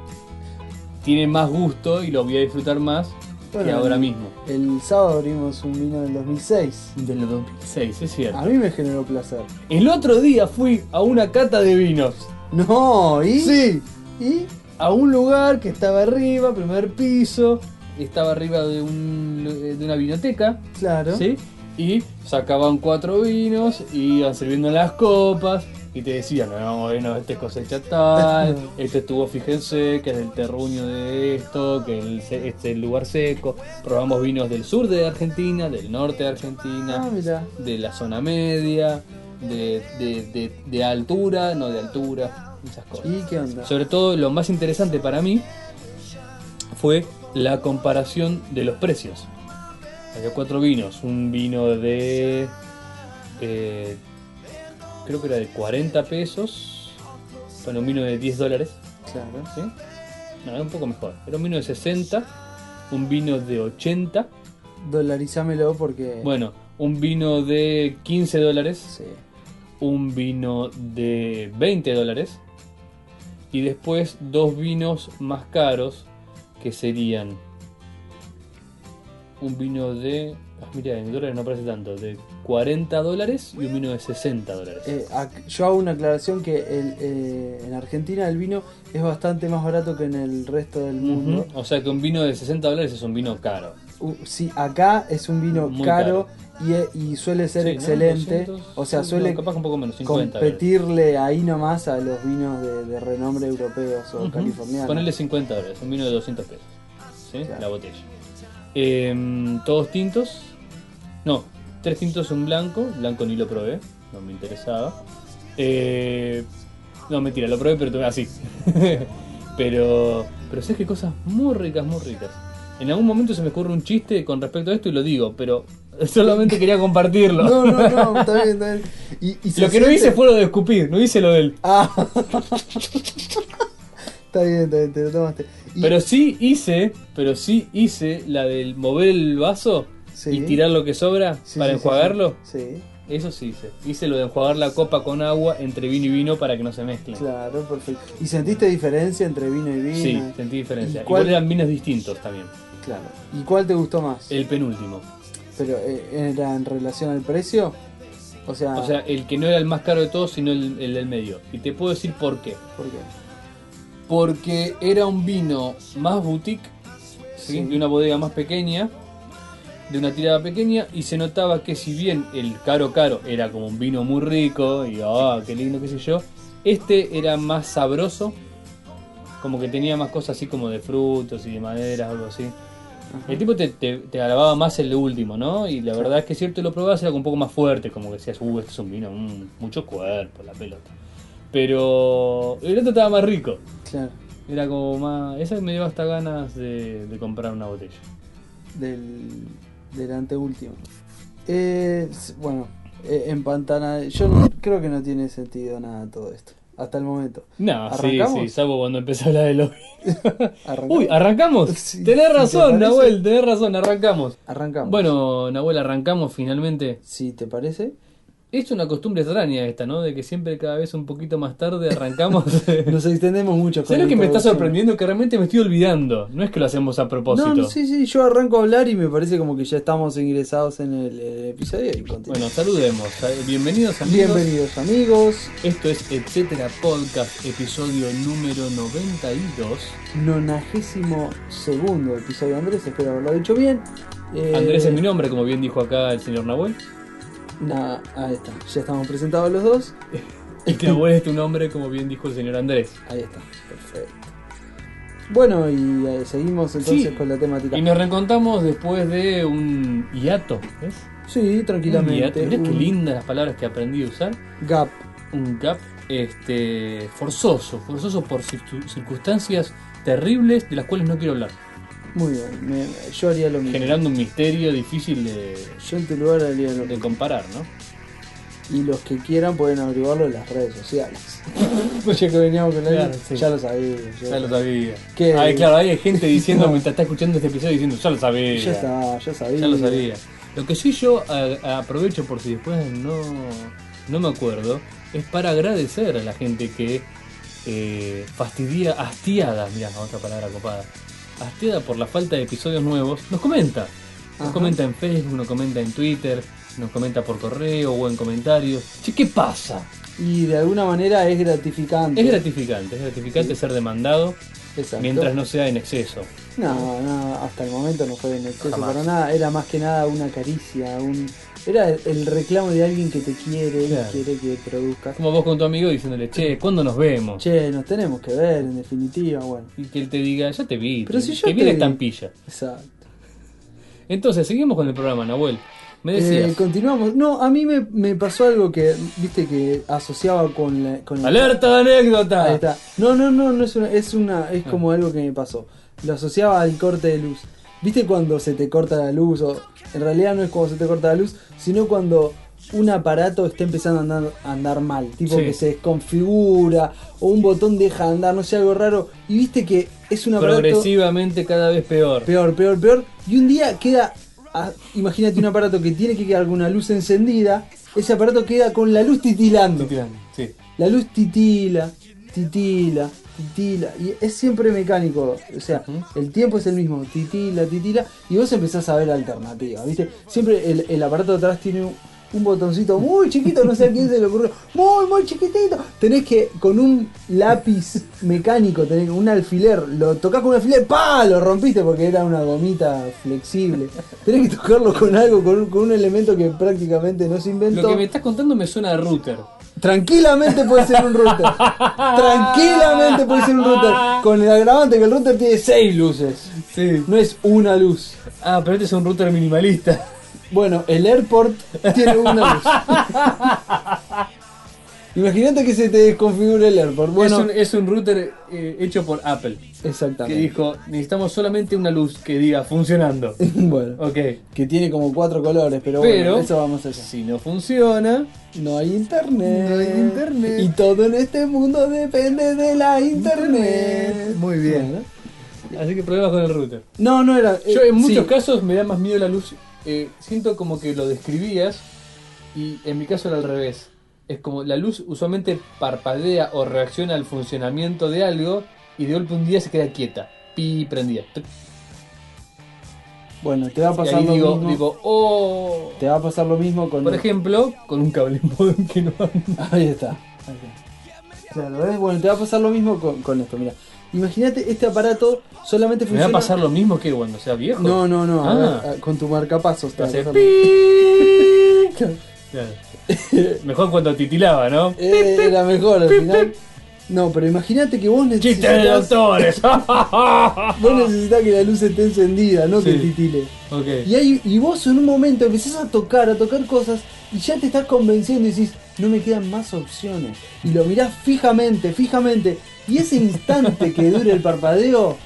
tiene más gusto y lo voy a disfrutar más que
Bueno,
ahora
el-
mismo.
El sábado abrimos un vino del 2006.
De los 2006, es cierto.
A mí me generó placer.
El otro día fui a una cata de vinos.
No, ¿y?
Sí.
¿Y?
A un lugar que estaba arriba, primer piso. Estaba arriba de, un, de una vinoteca.
Claro.
¿sí? Y sacaban cuatro vinos, y iban sirviendo las copas. Y te decían, no, bueno, este es cosecha tal, este estuvo, fíjense, que es del terruño de esto, que el- este es el lugar seco. Probamos vinos del sur de Argentina, del norte de Argentina
Ah, mira.
de la zona media, de, de- de- de altura, no de altura, esas cosas.
¿Y qué onda?
Sobre todo lo más interesante para mí fue la comparación de los precios. Había cuatro vinos, un vino de... eh, creo que era de 40 pesos, bueno, un vino de 10 dólares,
Claro.
¿sí? No, era un poco mejor. Era un vino de 60, un vino de 80,
Dolarizámelo porque.
bueno, un vino de 15 dólares
Sí.
un vino de 20 dólares y después dos vinos más caros que serían un vino de... ah, mira, en dólares no parece tanto, de 40 dólares y un vino de 60 dólares.
Eh, ac- yo hago una aclaración que el, eh, en Argentina el vino es bastante más barato que en el resto del mundo.
Ujú, O sea que un vino de 60 dólares es un vino caro.
Uh, sí, acá es un vino
Muy
caro, Y, e- y suele ser
Sí, ¿no?
excelente.
200,
o sea,
no,
suele
capaz un poco menos, 50 dólares.
competirle ahí nomás a los vinos de, de renombre europeos o
Ujú.
californianos.
Ponele 50 dólares, un vino de 200 pesos. ¿sí?
Claro.
La botella. Em, Todos tintos. No, tres tintos, un blanco. Blanco ni lo probé, no me interesaba. Eh, no, mentira, lo probé, pero tomé así. pero, pero sé que cosas muy ricas, muy ricas. En algún momento se me ocurre un chiste con respecto a esto y lo digo, pero solamente quería compartirlo.
No, no, no, está bien, está bien. Y, y se
lo que no
siente-
hice fue lo de escupir, no hice lo del.
Ah. está bien, está bien, te lo tomaste. Y-
Pero sí hice, pero sí hice la del mover el vaso
Sí.
y tirar lo que sobra
sí,
para
sí, sí,
enjuagarlo.
Sí. sí.
Eso sí hice. Hice lo de jugar la copa con agua entre vino y vino para que no se mezclen.
Claro, perfecto. ¿Y sentiste diferencia entre vino y vino?
Sí, sentí diferencia.
¿Y cuál-
Igual eran vinos distintos también.
Claro. ¿Y cuál te gustó más?
El penúltimo.
Pero eh, era en relación al precio. O sea,
O sea, el que no era el más caro de todos, sino el, el del medio. Y te puedo decir por qué.
¿por qué?
Porque era un vino más boutique, ¿sí?
Sí.
de una bodega más pequeña, de una tirada pequeña, y se notaba que si bien el caro caro era como un vino muy rico, y ah, qué lindo, qué sé yo, este era más sabroso, como que tenía más cosas así como de frutos y de maderas, algo así. El tipo te, te, te alababa más el último, ¿no? Y la verdad es que cierto lo probabas era un poco más fuerte, como que decías, uh, este es un vino, mm, mucho cuerpo, la pelota. Pero el otro estaba más rico.
Claro.
Era como más. Esa me dio hasta ganas de, de comprar una botella.
Del, del anteúltimo. Eh, s- bueno, eh, en Pantana. Yo no- creo que no tiene sentido nada todo esto. Hasta el momento.
No, sí,
¿Arrancamos?
sí, salvo cuando empecé a hablar de lobby.
Arrancamos.
Uy, ah, arrancamos.
Sí,
tenés
¿te
razón,
parece?
Nahuel, tenés razón, arrancamos.
Arrancamos.
Bueno, Nahuel, arrancamos finalmente.
Si te parece.
Es una costumbre extraña esta, ¿no? De que siempre cada vez un poquito más tarde arrancamos. ¿Sabes
Nos extendemos mucho. con
lo
la
que me está
introducción.
sorprendiendo? Que realmente me estoy olvidando. No es que lo hacemos a propósito.
No, no, sí, sí, yo arranco a hablar y me parece como que ya estamos ingresados en el, el episodio y
Bueno,
continuamos.
saludemos. Bienvenidos amigos.
Bienvenidos amigos,
Esto es Etcétera Podcast, episodio número 92.
nonagésimo segundo episodio Andrés, espero haberlo dicho bien. Eh,
Andrés es mi nombre, como bien dijo acá el señor Nahuel.
na- ahí está, ya estamos presentados los dos.
Y que Nahuel es tu nombre, como bien dijo el señor Andrés.
Ahí está, perfecto. Bueno, y eh, seguimos entonces
Sí.
con la temática.
Y nos reencontramos después de un hiato, ¿ves?
Sí,
Un hiato.
tranquilamente.
Mirá qué
un
lindas las palabras que aprendí a usar.
Gap,
Un gap este, forzoso, forzoso por circu- circunstancias terribles de las cuales no quiero hablar.
muy bien, me- yo haría lo mismo.
Generando un misterio difícil de,
Yo en tu lugar haría lo
de
mismo.
comparar, ¿no?
Y los que quieran pueden averiguarlo en las redes sociales. Pues ya que veníamos con la
Claro, sí.
ya lo sabía. ya
Ya
lo
lo sabía.
¿Qué?
Ay, claro, hay gente diciendo mientras está escuchando este episodio diciendo, ya lo sabía.
Ya está, ya sabía.
Ya lo sabía. Lo que sí yo a- aprovecho por si después no, no me acuerdo, es para agradecer a la gente que eh, fastidia, hastiada, mirá, otra palabra copada, hastiada por la falta de episodios nuevos, nos comenta. Nos
Ajá.
comenta en Facebook, nos comenta en Twitter, nos comenta por correo o en comentarios. Che, ¿qué pasa?
Y de alguna manera es gratificante.
Es gratificante, es gratificante
Sí.
ser demandado
Exacto.
mientras no sea en exceso.
No, no, hasta el momento no fue en exceso
Jamás.
para nada. Era más que nada una caricia, un... Era el reclamo de alguien que te quiere
Claro.
y quiere que produzcas.
Como vos con tu amigo diciéndole, che, ¿cuándo nos vemos?
Che, nos tenemos que ver, en definitiva, bueno.
Y que él te diga, ya te vi,
Pero
te,
si yo
te vi
te
la
vi.
estampilla.
Exacto.
Entonces, seguimos con el programa, Nahuel. Me decías,
Eh, continuamos. No, a mí me, me pasó algo que, viste, que asociaba con la... Con el-
¡alerta de anécdota!
Ahí está. No, no, no, no es una, es una, es como algo que me pasó. Lo asociaba al corte de luz. ¿Viste cuando se te corta la luz? O en realidad no es cuando se te corta la luz, sino cuando un aparato está empezando a andar, a andar mal, tipo
Sí.
que se desconfigura, o un botón deja de andar, no sé, algo raro. Y viste que es un aparato
Progresivamente cada vez peor.
peor, peor, peor. Y un día queda, ah, imagínate un aparato que tiene que quedar con una luz encendida, ese aparato queda con la luz titilando.
Sí.
La luz titila, titila, titila. Y es siempre mecánico. O sea, el tiempo es el mismo. Titila, titila. Y vos empezás a ver alternativas. ¿Viste? Siempre el, el aparato de atrás tiene un, un botoncito muy chiquito. No sé a quién se le ocurrió. Muy, muy chiquitito. Tenés que con un lápiz mecánico, tenés un alfiler. Lo tocas con un alfiler. ¡Pa! Lo rompiste porque era una gomita flexible. Tenés que tocarlo con algo, con un, con un elemento que prácticamente no se inventó.
Lo que me estás contando me suena a router.
Tranquilamente puede ser un router. Tranquilamente puede ser un router. Con el agravante que el router tiene seis luces.
Sí.
No es una luz.
Ah, pero este es un router minimalista.
Bueno, el airport tiene una luz. Imagínate que se te desconfigure el airport. Bueno,
es, un, es un router eh, hecho por Apple. Que
exactamente.
dijo, necesitamos solamente una luz que diga funcionando.
bueno,
Ok.
que tiene como cuatro colores, pero,
Pero-
bueno, eso vamos allá.
Si no funciona,
No hay internet.
No hay internet.
Y todo en este mundo depende de la internet.
Muy bien.
Bueno.
así que problemas con el router.
No, no era.
Yo en
Eh, sí.
eh, muchos casos me da más miedo la luz. eh, siento como que lo describías Y en mi caso era al revés. Es como la luz usualmente parpadea o reacciona al funcionamiento de algo y de golpe un día se queda quieta. Pi, prendida. Tuc.
Bueno, te va a
Y
pasar
ahí
lo
digo,
mismo.
digo, oh.
Te va a pasar lo mismo con.
Por ejemplo, con un cable modem que no anda.
Ahí está. Ahí está. Claro, ¿ves? Bueno, te va a pasar lo mismo con, con esto, mira. Imagínate, este aparato solamente
Me
funciona.
va a pasar lo mismo que cuando sea viejo.
No, no, no. a
Ah.
ver, a- con tu marcapasos. te va a
Hace
pasar
pi.
lo-
Claro. Mejor cuando titilaba, ¿no?
Eh, Era mejor al final. No, pero imagínate que vos
¡Chiste de
necesitas.
doctores! ok.
Vos necesitas que la luz esté encendida, no que
Sí.
titile. Y, ahí- y vos en un momento empezás a tocar, a tocar cosas y ya te estás convenciendo y decís, no me quedan más opciones. Y lo mirás fijamente, fijamente. Y ese instante que dure el parpadeo,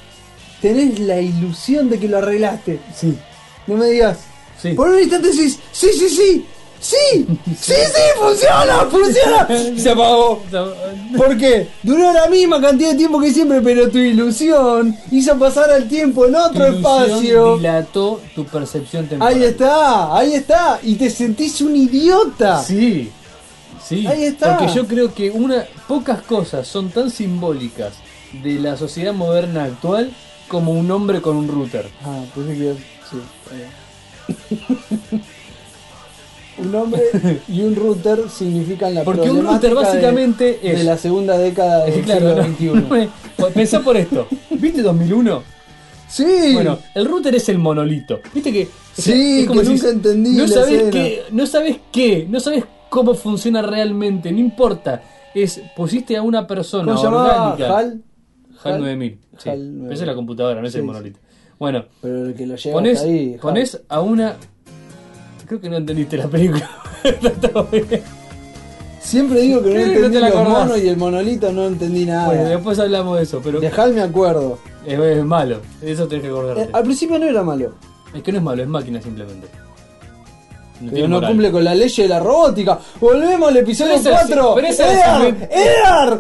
tenés la ilusión de que lo arreglaste.
Sí.
No me digas.
Sí.
Por un instante decís, sí, sí, sí. Sí, sí, sí, funciona, funciona. Y Se apagó. ¿Por qué? Duró la misma cantidad de tiempo que siempre, pero tu ilusión hizo pasar el tiempo en
Tu
otro
ilusión
espacio.
dilató tu percepción temporal.
Ahí está, ahí está. Y te sentís un idiota.
Sí, sí.
Ahí está.
Porque yo creo que una, pocas cosas son tan simbólicas de la sociedad moderna actual como un hombre con un router.
Ah, pensé que... Sí, está bien. un hombre y un router significan la
Porque un router
problemática de-
básicamente
de,
es-
la segunda década del
Claro,
siglo
no, no
XXI.
me- pensá por esto. ¿Viste 2001?
Sí.
Bueno, el router es el monolito. ¿Viste que? o sea,
Sí,
es como
que
si-
nunca entendí
No
la
sabes
escena.
qué, no sabes qué, no sabes cómo funciona realmente, no importa. Es pusiste a una persona
¿Cómo se llamaba?
orgánica.
Hal.
HAL 9000. Sí.
HAL 9000.
Pero esa es la computadora, no es el
Sí,
monolito. Bueno,
Pero el que lo lleva
pones,
hasta ahí. Hal.
pones a una. Creo que no entendiste la película. Está todo bien.
Siempre digo que no
Creo que no
entendí
te la
los
acordás.
monos y el monolito no entendí nada.
bueno, después hablamos de eso, pero
De
es,
Hal me acuerdo.
es malo. Eso tenés que
Eh,
acordarte.
al principio no era malo.
Es que no es malo, es máquina simplemente. No
Pero
tiene
no
moral.
cumple con la ley de la robótica. Volvemos al episodio
Pero esa-
4.
pero esa es la
Edar,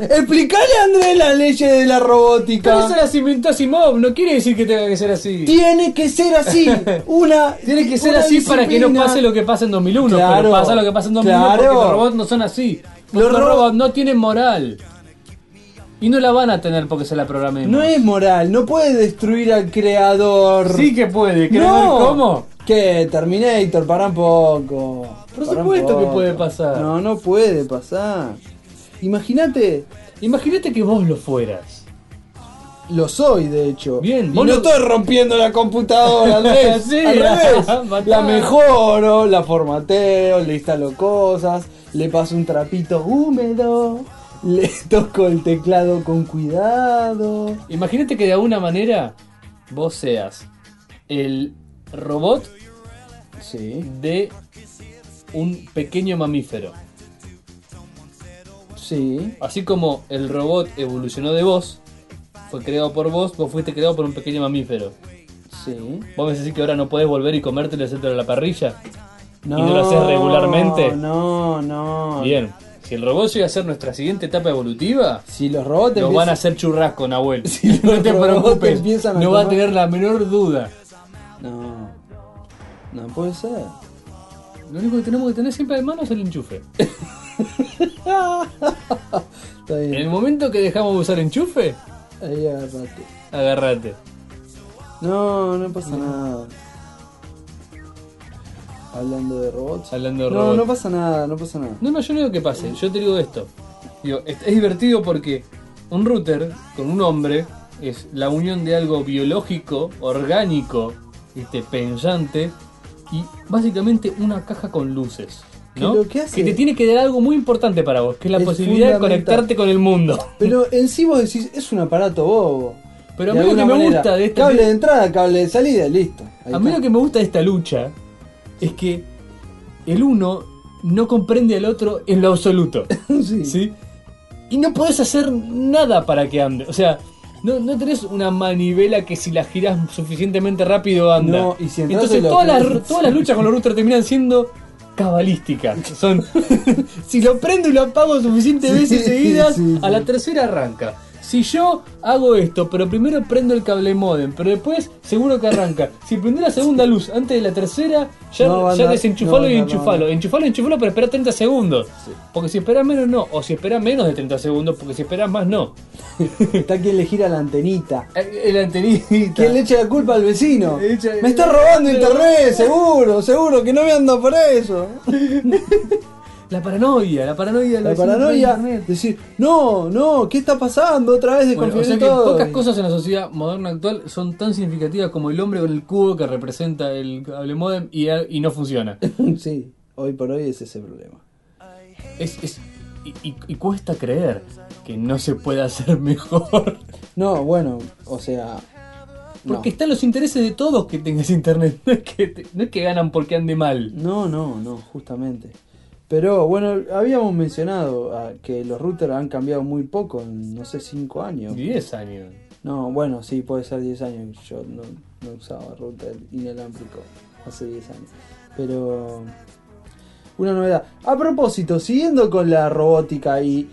Edar, explicale a Andrés la ley de la
Pero
robótica.
eso las inventó Asimov, no quiere decir que tenga que ser así.
Tiene que ser así. Una
Tiene que ser
una
así para que no
disciplina.
pase lo que pasa en 2001.
Claro,
pero pasa lo que pasa en 2001 porque
claro.
los robots no son así.
Los
Los,
robots-
robots no tienen moral. Y no la van a tener porque se la programemos.
No es moral, no puede destruir al creador.
Sí que puede, ¿querés
no.
ver cómo?
Que Terminator, para un poco.
Por
Pará un
supuesto que
poco.
puede pasar.
No, no puede pasar. Imagínate,
Imagínate que vos lo fueras.
lo soy de hecho.
Bien,
Y
vos
no
lo-
estoy rompiendo la computadora, Andrés.
Sí,
al revés.
matá.
La mejoro, la formateo, le instalo cosas, le paso un trapito húmedo, le toco el teclado con cuidado.
Imagínate que de alguna manera vos seas el robot
Sí,
de un pequeño mamífero.
sí.
Así como el robot evolucionó de vos, fue creado por vos, vos fuiste creado por un pequeño mamífero.
Sí.
¿Vos me decís que ahora no podés volver y comértelo etcétera a la parrilla? ¿Y no lo haces regularmente?
No, no.
Bien, si el robot llega a ser nuestra siguiente etapa evolutiva,
Si los robots
nos
empiezan-
van a hacer churrasco, Nahuel.
Si los
no te
robots
preocupes,
empiezan a
no va a
comer-
tener la menor duda.
No. No puede ser.
Lo único que tenemos que tener siempre de mano es el enchufe.
Está
En el
bien.
momento que dejamos de usar enchufe,
Ahí agarrate.
agárrate.
No, no
Mm.
pasa nada. Hablando de robots.
Hablando de
no,
robots.
no pasa nada, no pasa nada.
No, no, yo no digo que pase, yo te digo esto. Digo, es, es divertido porque un router con un hombre es la unión de algo biológico, orgánico, este, pensante y básicamente una caja con luces. ¿no?
Que lo que hace-
te tiene que dar algo muy importante para vos, que es la
Es
posibilidad de
fundamental.
conectarte con el mundo.
Pero en sí vos decís, es un aparato bobo.
Pero a
De
mí lo que
alguna
me
manera.
gusta de este-
Cable de entrada, cable de salida, listo. Ahí
A mí
está.
lo que me gusta de esta lucha es que el uno no comprende al otro en lo absoluto.
Sí.
¿sí? Y no podés hacer nada para que ande. O sea, no, no tenés una manivela que si la girás suficientemente rápido anda.
No, y si entrás
Entonces
en lo
todas,
que-
las, todas las luchas con los routers terminan siendo cabalísticas. Son, si lo prendo y lo apago suficientes
Sí,
veces seguidas,
sí, sí.
a la tercera arranca. Si yo hago esto, pero primero prendo el cable modem, pero después seguro que arranca. Si prendí la segunda luz antes de la tercera, ya,
No,
ya
banda,
desenchufalo
no,
y
no, no,
enchufalo.
no.
Enchufalo, enchufalo, pero espera 30 segundos. Porque si esperas menos, no. O si esperas menos de 30 segundos, porque si esperas más, no.
Está quien le gira la antenita.
Eh, El antenita.
¿Quién le echa la culpa al vecino?
Le echa-
Me está robando internet, seguro, seguro, que no me ando por eso.
La paranoia, la paranoia. del
La
vecino
paranoia,
por internet.
decir, no, no, ¿qué está pasando? Otra vez
Bueno, o
desconfío
sea
de
que
todo.
pocas cosas en la sociedad moderna actual son tan significativas como el hombre con el cubo que representa el cable modem y, y no funciona.
Sí, hoy por hoy es ese problema.
Es, es- y, y- y cuesta creer que no se puede hacer mejor.
No, bueno, o sea. No,
Porque están los intereses de todos que tengas internet. No es que, te- no es que ganan porque ande mal.
no, no, no, justamente. Pero bueno, habíamos mencionado ah, que los routers han cambiado muy poco, en, no sé, 5 años.
10 años.
No, bueno, sí, puede ser 10 años. Yo no, no usaba router inalámbrico hace 10 años. Pero. Una novedad. A propósito, siguiendo con la robótica y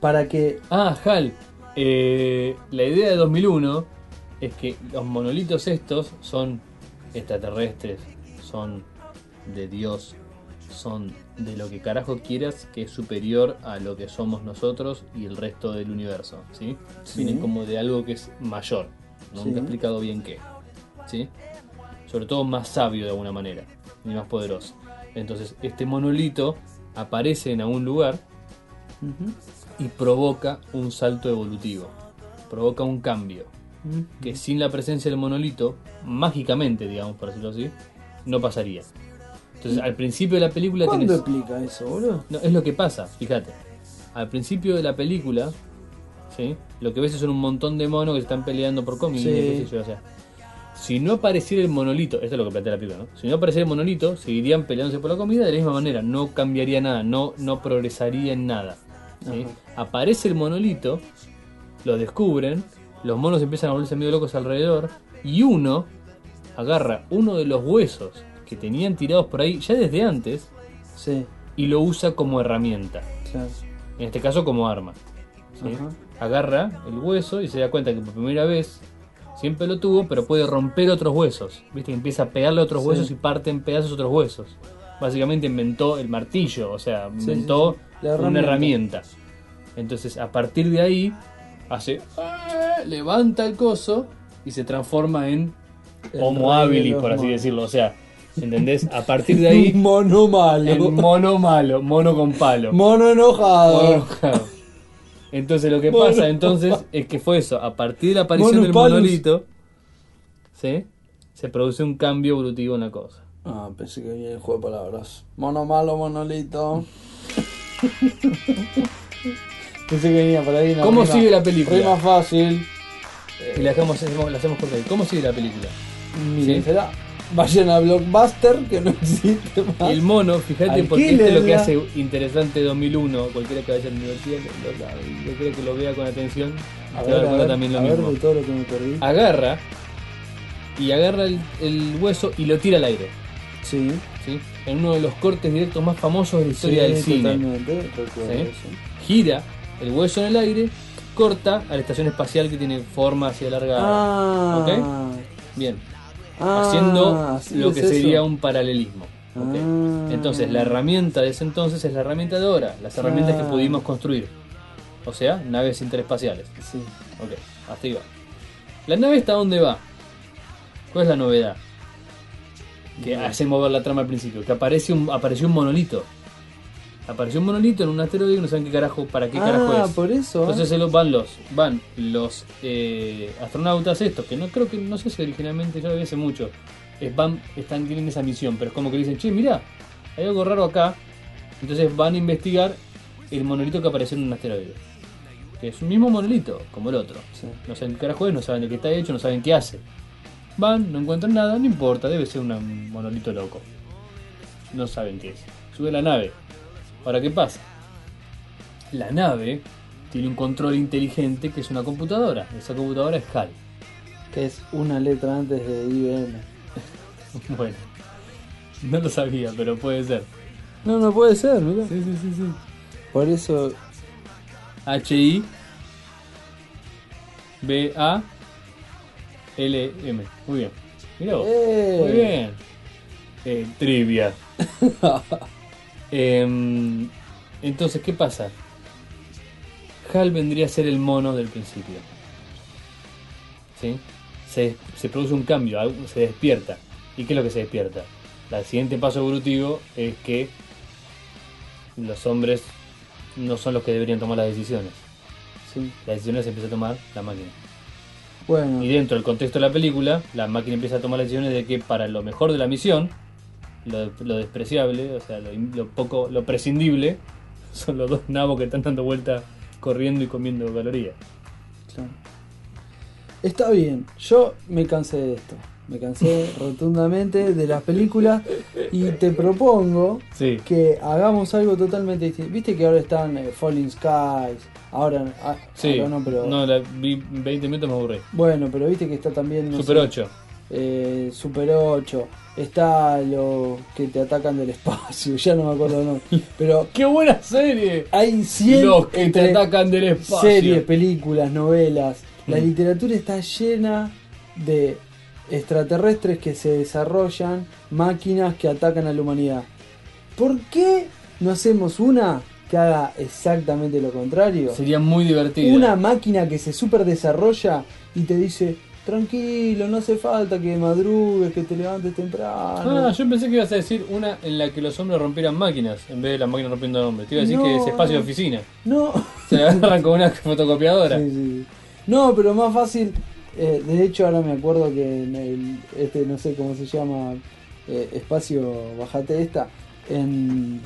para que.
Ah, Hal. eh, la idea de 2001 es que los monolitos estos son extraterrestres, son de Dios, son de lo que carajo quieras que es superior a lo que somos nosotros y el resto del universo, ¿sí?
Sí.
Vienen como de algo que es mayor, nunca
Sí.
he explicado bien qué, ¿sí? Sobre todo más sabio de alguna manera y más poderoso. Entonces, este monolito aparece en algún lugar
Ujú,
y provoca un salto evolutivo, provoca un cambio,
ujú.
que sin la presencia del monolito, mágicamente, digamos, por decirlo así, no pasaría. Entonces, al principio de la película
¿Cuándo
tienes...
explica eso, boludo?
No, es lo que pasa, fíjate. Al principio de la película, ¿sí? lo que ves son un montón de monos que se están peleando por comida,
Sí.
qué sé yo, o sea. Si no apareciera el monolito, esto es lo que plantea la película, ¿no? Si no apareciera el monolito, seguirían peleándose por la comida de la misma manera, no cambiaría nada, no, no progresaría en nada. ¿sí? Aparece el monolito, lo descubren, los monos empiezan a volverse medio locos alrededor, y uno agarra uno de los huesos que tenían tirados por ahí ya desde antes,
Sí,
y lo usa como herramienta,
claro.
en este caso como arma. ¿sí?
Ajá.
Agarra el hueso y se da cuenta que por primera vez siempre lo tuvo, pero puede romper otros huesos. ¿Viste? Empieza a pegarle a otros
Sí.
huesos y parte en pedazos otros huesos. Básicamente inventó el martillo, o sea,
Sí,
inventó
sí, sí. La
una
herramienta.
herramienta. Entonces, a partir de ahí, hace. "Ah", levanta el coso y se transforma en
El
Homo
rey de
habilis,
los
por así
monos.
decirlo. O sea, ¿entendés? A partir de ahí.
Mono malo.
El mono malo, mono con palo.
Mono
Mono
enojado.
enojado. Entonces lo que
Mono
pasa entonces es que fue eso, a partir de la aparición
Mono
del
palus.
monolito, ¿sí? se produce un cambio evolutivo en la cosa.
Ah, pensé que venía el juego de palabras. Mono malo, monolito. pensé que venía por ahí. una
¿Cómo
rima-
sigue la película?
Rima fácil.
Y la dejamos, hacemos- la hacemos corta ahí. ¿Cómo sigue la película?
Miren, será. Vayan a Blockbuster, que no existe más.
El mono, fíjate, porque esto
Alquílenla.
es lo que hace interesante 2001, cualquiera que vaya a la universidad, lo- lo- yo creo que lo vea con atención, se va a
A ver,
dar
a
cuenta
ver,
también lo
a ver
mismo. Ah,
de todo lo que me perdí.
Agarra y agarra el- el hueso y lo tira al aire.
Sí.
¿sí? en uno de los cortes directos más famosos de la historia
sí,
del cine.
totalmente, recuerdo
Sí.
eso.
Gira el hueso en el aire, corta a la estación espacial que tiene forma así alargada.
Ah,
Bien,
ah,
haciendo
así
lo
es
que
eso.
sería un paralelismo. ¿ok?
Ah.
Entonces, la herramienta de ese entonces es la herramienta de ahora, las herramientas que
Claro.
pudimos construir. O sea, naves interespaciales.
Sí.
Ok, hasta ahí va. ¿La nave está dónde va? ¿Cuál es la novedad? Que hacemos ver la trama al principio. Que aparece un, apareció un monolito. Apareció un monolito en un asteroide y no saben qué carajo, para qué carajo
ah,
es.
por eso.
Entonces se lo- van los, van los eh, astronautas estos, que no creo que, no sé si originalmente yo lo vi hace mucho. Es- van, están, tienen esa misión, pero es como que dicen, che, mirá, hay algo raro acá. Entonces van a investigar el monolito que apareció en un asteroide. Que es un mismo monolito, como el otro.
Sí.
No saben qué carajo es, no saben de qué está hecho, no saben qué hace. Van, no encuentran nada, no importa, debe ser una- un monolito loco. No saben qué es. Sube la nave. Ahora, ¿qué pasa? La nave tiene un control inteligente que es una computadora. Esa computadora es HAL.
Que es una letra antes de IBM.
Bueno, no lo sabía, pero puede ser.
No, no puede ser, mirá.
Sí, sí, sí, sí.
Por eso
HI B-A-L-M. Muy bien. Mirá vos.
¡Eh!
Oh. Muy bien. Eh, trivia. Em, entonces, ¿qué pasa? Hal vendría a ser el mono del principio. ¿Sí? Se, se produce un cambio, algo- se despierta. ¿Y qué es lo que se despierta? El siguiente paso evolutivo es que los hombres no son los que deberían tomar las decisiones.
Sí.
Las decisiones las empieza a tomar la máquina.
Bueno,
Y dentro del contexto de la película, la máquina empieza a tomar las decisiones de que para lo mejor de la misión, lo, lo despreciable, o sea, lo, in- lo poco, lo prescindible, son los dos nabos que están dando vuelta corriendo y comiendo calorías.
claro. Está bien, yo me cansé de esto. Me cansé rotundamente de las películas y te propongo
Sí.
que hagamos algo totalmente distinto. Viste que ahora están eh, Falling Skies, ahora, ah,
Sí.
ahora no, pero...
No, la vi 20 minutos me aburrí.
Bueno, pero viste que está también... no
Super
sé,
8.
eh, Super 8. Está lo que te atacan del espacio, ya no me acuerdo el nombre. Pero
¡Qué buena serie!
hay 100
Los que te
entre-
atacan del espacio.
series, películas, novelas. La
Mm.
literatura está llena de extraterrestres que se desarrollan, máquinas que atacan a la humanidad. ¿Por qué no hacemos una que haga exactamente lo contrario?
Sería muy divertido.
Una máquina que se super desarrolla y te dice, tranquilo, no hace falta que madrugues, que te levantes temprano.
Ah, yo pensé que ibas a decir una en la que los hombres rompieran máquinas en vez de las máquinas rompiendo hombres. Te iba a decir
No,
que es espacio
no.
de oficina.
No.
Se la agarran con una fotocopiadora.
Sí, sí, sí. No, pero más fácil. eh, de hecho, ahora me acuerdo que en el. Este, no sé cómo se llama. eh, espacio, bajate esta. En.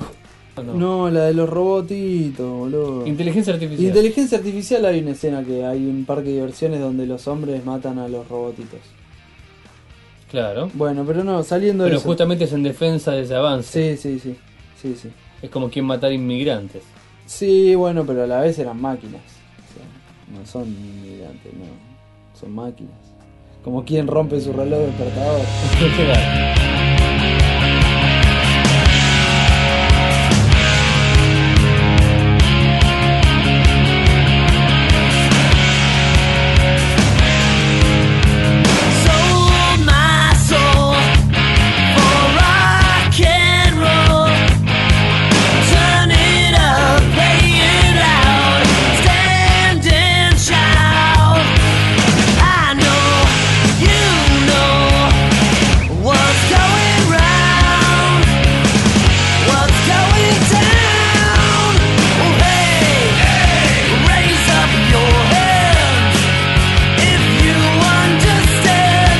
No, no.
No. la de los robotitos, boludo.
Inteligencia artificial.
Inteligencia artificial hay una escena que hay un parque de diversiones donde los hombres matan a los robotitos.
claro.
Bueno, pero no, saliendo
Pero
de eso.
justamente es en defensa de ese avance.
Sí, sí, sí. Sí, sí.
Es como quien matar inmigrantes.
Sí, bueno, pero a la vez eran máquinas. O sea, no son inmigrantes, no. Son máquinas. Como quien rompe su reloj despertador.
Claro.
Sold my soul for rock and roll. Turn it up, play it loud, stand and shout. I know you know what's going round, what's going down. Oh hey, raise up your hands. If you understand,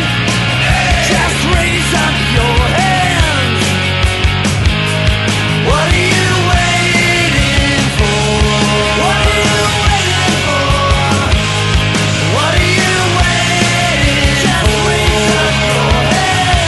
just raise up your hands. What are you waiting for? What are you waiting for? What are you waiting for? Just raise up your hands.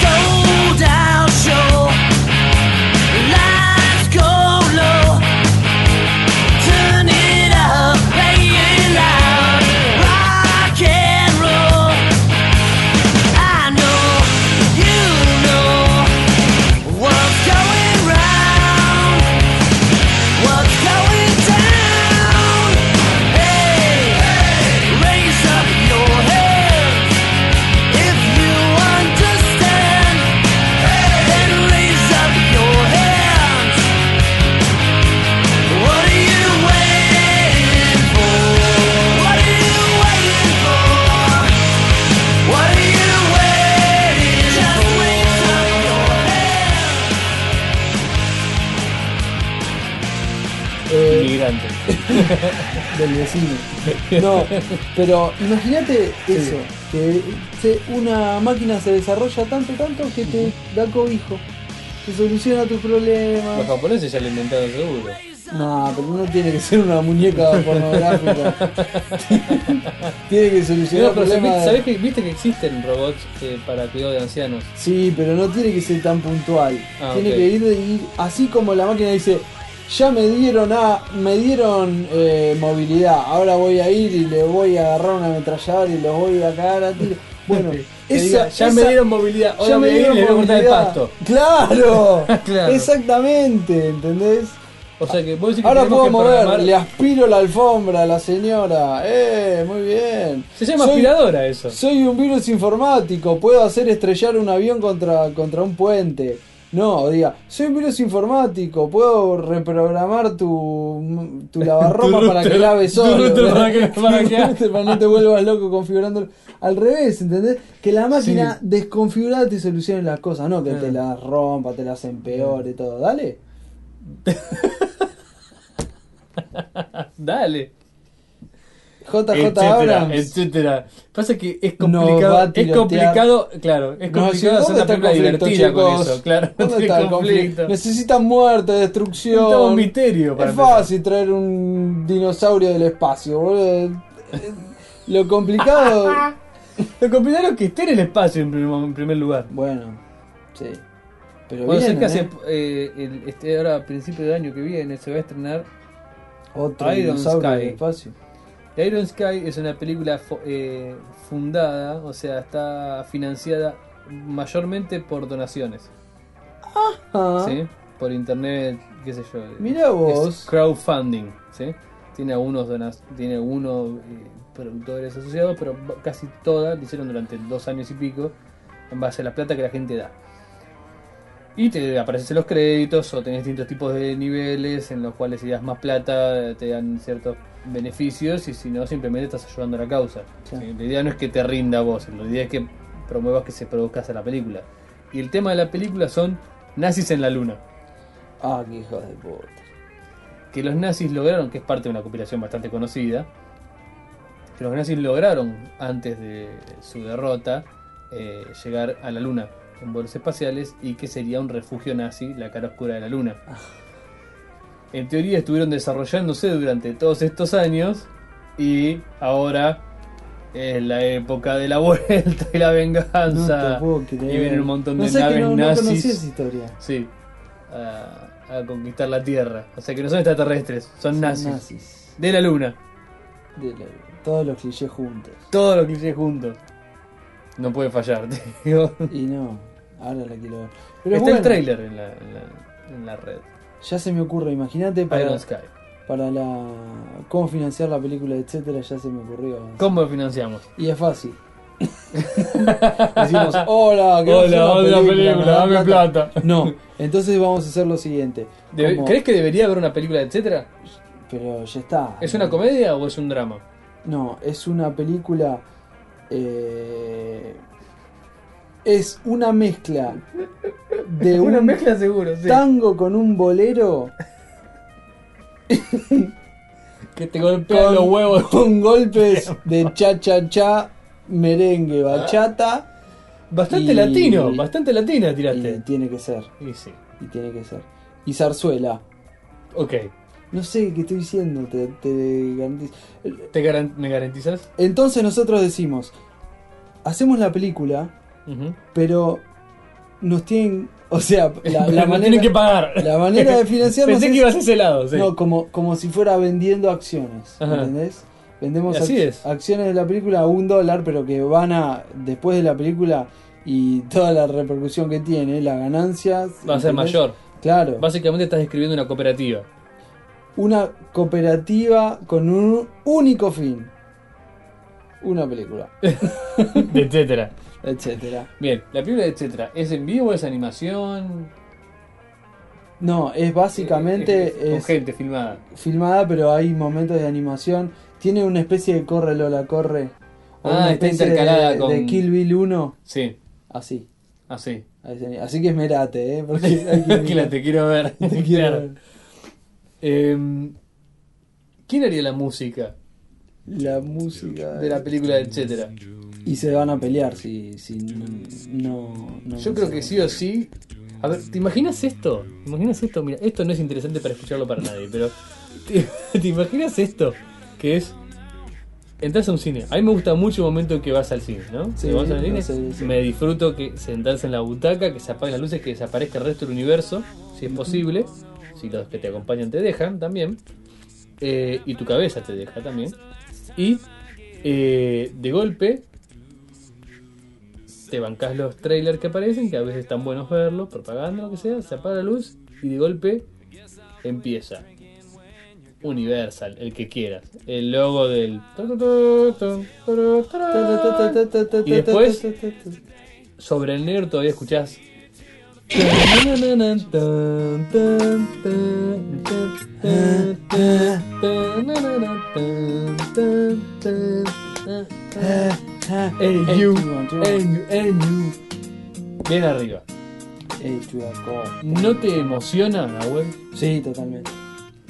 Sold out show. Lights go low. Turn it up, play it loud. Rock and roll. I know you know what's going round, what's going down. Hey, raise up your hands. If you understand, then raise up your hands. What are you waiting for? What are you waiting for? What are you waiting for? Just raise up your hands.
Eh,
Inmigrantes.
del vecino. No, pero imagínate eso, que se- una máquina se desarrolla tanto, tanto que te da cobijo, te soluciona tus
Los
problemas.
japoneses ya lo inventaron seguro.
No, pero no tiene que ser una muñeca pornográfica. tiene que solucionar
No, pero
problemas.
¿sabés- ¿sabés que viste que existen robots eh, para cuidado de ancianos?
Sí, pero no tiene que ser tan puntual.
Ah,
tiene
ok.
que ir, de ir así como la máquina dice, ya me dieron a, me dieron eh, movilidad, ahora voy a ir y le voy a agarrar una ametralladora y los voy a cagar a tiro. Bueno,
Que
esa-
diga, ya me
esa-
dieron movilidad, ahora
ya me dieron
le voy a cortar el
movilidad.
pasto.
Claro,
Claro.
exactamente, ¿entendés?
O sea que vos decís que
Ahora
tenemos
puedo
que
mover,
programar-
le aspiro la alfombra a la señora. ¡Eh! Muy bien.
Se llama
Soy-
aspiradora eso.
Soy un virus informático, puedo hacer estrellar un avión contra, contra un puente. No, diga, soy un virus informático, puedo reprogramar tu, tu lavarropa
Tu
para que
router.
lave
Tu
solo.
router para que-
Tu
para que-
router para no te vuelvas loco configurándolo. Al revés, ¿entendés? Que la máquina desconfigurada te solucione las cosas, no que te las rompa, te las empeore, todo. Dale.
Dale.
JJ
etcétera,
Abrams.
etcétera. Pasa que es
Nos va a
complicado, es
tirotear.
complicado, claro, es
No, sí,
complicado hacer
¿dónde
una
está el
película
conflicto,
divertida con
chicos?
eso, claro.
¿Dónde
Sí,
está el conflicto? Necesitan muerte, destrucción.
Necesitamos un misterio para
Es
empezar.
fácil traer un dinosaurio del espacio, boludo. Eh, Lo complicado.
Lo complicado es que esté en el espacio en primer, en primer lugar.
bueno, sí. Pero
Bueno, sé
vienen,
que hace,
¿eh?
eh, el- este, ahora a principio del año que viene se va a estrenar
Otro
Iron
dinosaurio
Sky.
del espacio.
The Iron Sky es una película fo- eh, fundada, o sea, está financiada mayormente por donaciones,
Ah,
¿sí? Por internet, qué sé yo.
Mirá vos.
Es crowdfunding, ¿sí? Tiene algunos, donas- tiene algunos eh, productores asociados, pero ba- casi todas lo hicieron durante dos años y pico en base a la plata que la gente da. Y te aparecen los créditos o tenés distintos tipos de niveles en los cuales si das más plata eh, te dan ciertos beneficios y si no simplemente estás ayudando a la causa.
Sí.
¿sí? La idea no es que te rinda a vos, la idea es que promuevas que se produzca a la película. Y el tema de la película son nazis en la luna
Ah, qué hijos de puta.
que los nazis lograron, que es parte de una conspiración bastante conocida, que los nazis lograron, antes de su derrota, eh, llegar a la luna en vuelos espaciales y que sería un refugio nazi, la cara oscura de la luna.
Ah.
En teoría estuvieron desarrollándose durante todos estos años y ahora es la época de la vuelta y la
No
venganza.
te puedo creer.
y vienen un montón
No
de
sé que
naves
no,
nazis.
No conocí esa historia.
Sí. A, a conquistar la Tierra. O sea que no son extraterrestres, son,
Son
nazis.
nazis.
De la Luna.
De la- todos los clichés juntos.
Todos los clichés juntos. No puede fallar, te digo.
Y no, ahora la quiero ver. Pero
Está
bueno,
el trailer en la, en la- en la red.
Ya se me ocurre, imagínate para,
Iron Sky.
para la cómo financiar la película, etcétera, ya se me ocurrió.
¿Cómo lo financiamos?
Y es fácil. Decimos, hola, queremos hacer una ¿me dan No, entonces vamos a hacer lo siguiente.
Debe-
Como-
¿Crees que debería haber una película, etcétera?
Pero ya está.
¿Es una comedia o es un drama?
No, es una película. eh, Es una mezcla de un
seguro, sí.
tango con un bolero.
Que te golpean los huevos.
con golpes de cha cha cha, merengue, bachata.
Bastante
Y-
latino, bastante latina
Y
tiraste.
tiene que ser,
Y, sí.
y tiene que ser. Y zarzuela.
Ok.
No sé qué estoy diciendo, te, te garantizo.
¿Te garan- ¿Me garantizas?
Entonces nosotros decimos, hacemos la película,
Ujú.
pero nos tienen, o sea, la,
Pero
la
nos
manera,
tienen que pagar.
la manera de financiarnos
Pensé
es-
que ibas a ese lado, sí.
No, como, como si fuera vendiendo acciones,
Ajá.
¿entendés? Vendemos
Así
ac-
es.
acciones de la película a un dólar, pero que van a, después de la película y toda la repercusión que tiene, la
Va a
ganancia...
ser
¿entendés?
mayor.
Claro.
Básicamente estás escribiendo una cooperativa.
Una cooperativa con un único fin. Una película,
Etcétera.
etcétera.
Bien, la película de etcétera. ¿Es en vivo? ¿Es animación?
No, es básicamente...
Eh, eh, Con
es-
gente filmada.
filmada, pero hay momentos de animación. Tiene una especie de corre Lola, corre.
Ah,
una
está
especie
intercalada
de,
con-
de Kill Bill 1.
Sí,
Así.
así.
a ese nivel. Así que esmerate, ¿eh? Porque hay que
Que la te quiero ver.
Te quiero
Claro.
ver.
Em, ¿Quién haría la música
La música.
de la película de etcétera?
Y se van a pelear si, si no, no- no
Yo creo
se-
que sí o sí. A ver, ¿te imaginas esto? ¿Te imaginas esto? Mira, esto no es interesante para escucharlo para nadie, pero. ¿Te, te imaginas esto? Que es. Entras a un cine. A mí me gusta mucho el momento en que vas al cine, ¿no?
Sí,
Que vas al
no
cine.
sé, sí.
Me disfruto que sentarse en la butaca, que se apaguen las luces, que desaparezca el resto del universo, si es posible. si los que te acompañan te dejan también, eh, y tu cabeza te deja también, y eh, de golpe te bancas los trailers que aparecen, que a veces están buenos verlos, propaganda, lo que sea, se apaga la luz y de golpe empieza. Universal, el que quieras. El logo del... Y después- Sobre el negro todavía escuchás... El you, el you, el you. Bien arriba.
Ey, chudaco.
¿No te emociona, Nahuel?
Sí, totalmente.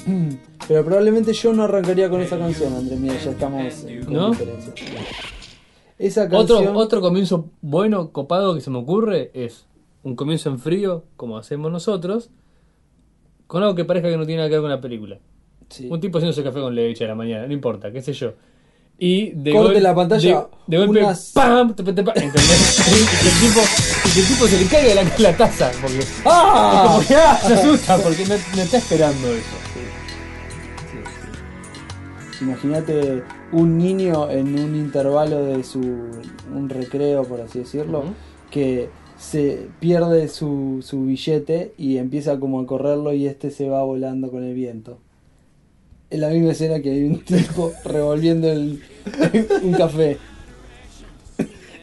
Mm, Pero probablemente yo no arrancaría con esa canción, Andrés. Mira, ya estamos eh, con
¿No?
diferencia. Esa canción.
Otro, otro comienzo bueno, copado que se me ocurre es un comienzo en frío, como hacemos nosotros, con algo que parezca que no tiene nada que ver con la película.
Sí.
Un tipo haciéndose café con leche a la mañana, no importa, qué sé yo. Y de
Corte
gol-
la pantalla,
De, de golpe,
unas-
¡pam! te- te- te- pa- ¿entendés? Y que el tipo, y que el tipo se le caiga la, la taza, porque
¡Ah!
se asusta, porque no, no está esperando eso.
Imagínate un niño en un intervalo de su. un recreo, por así decirlo,
Ujú.
que se pierde su, su billete y empieza como a correrlo y este se va volando con el viento. Es la misma escena que hay un tipo revolviendo el- un café.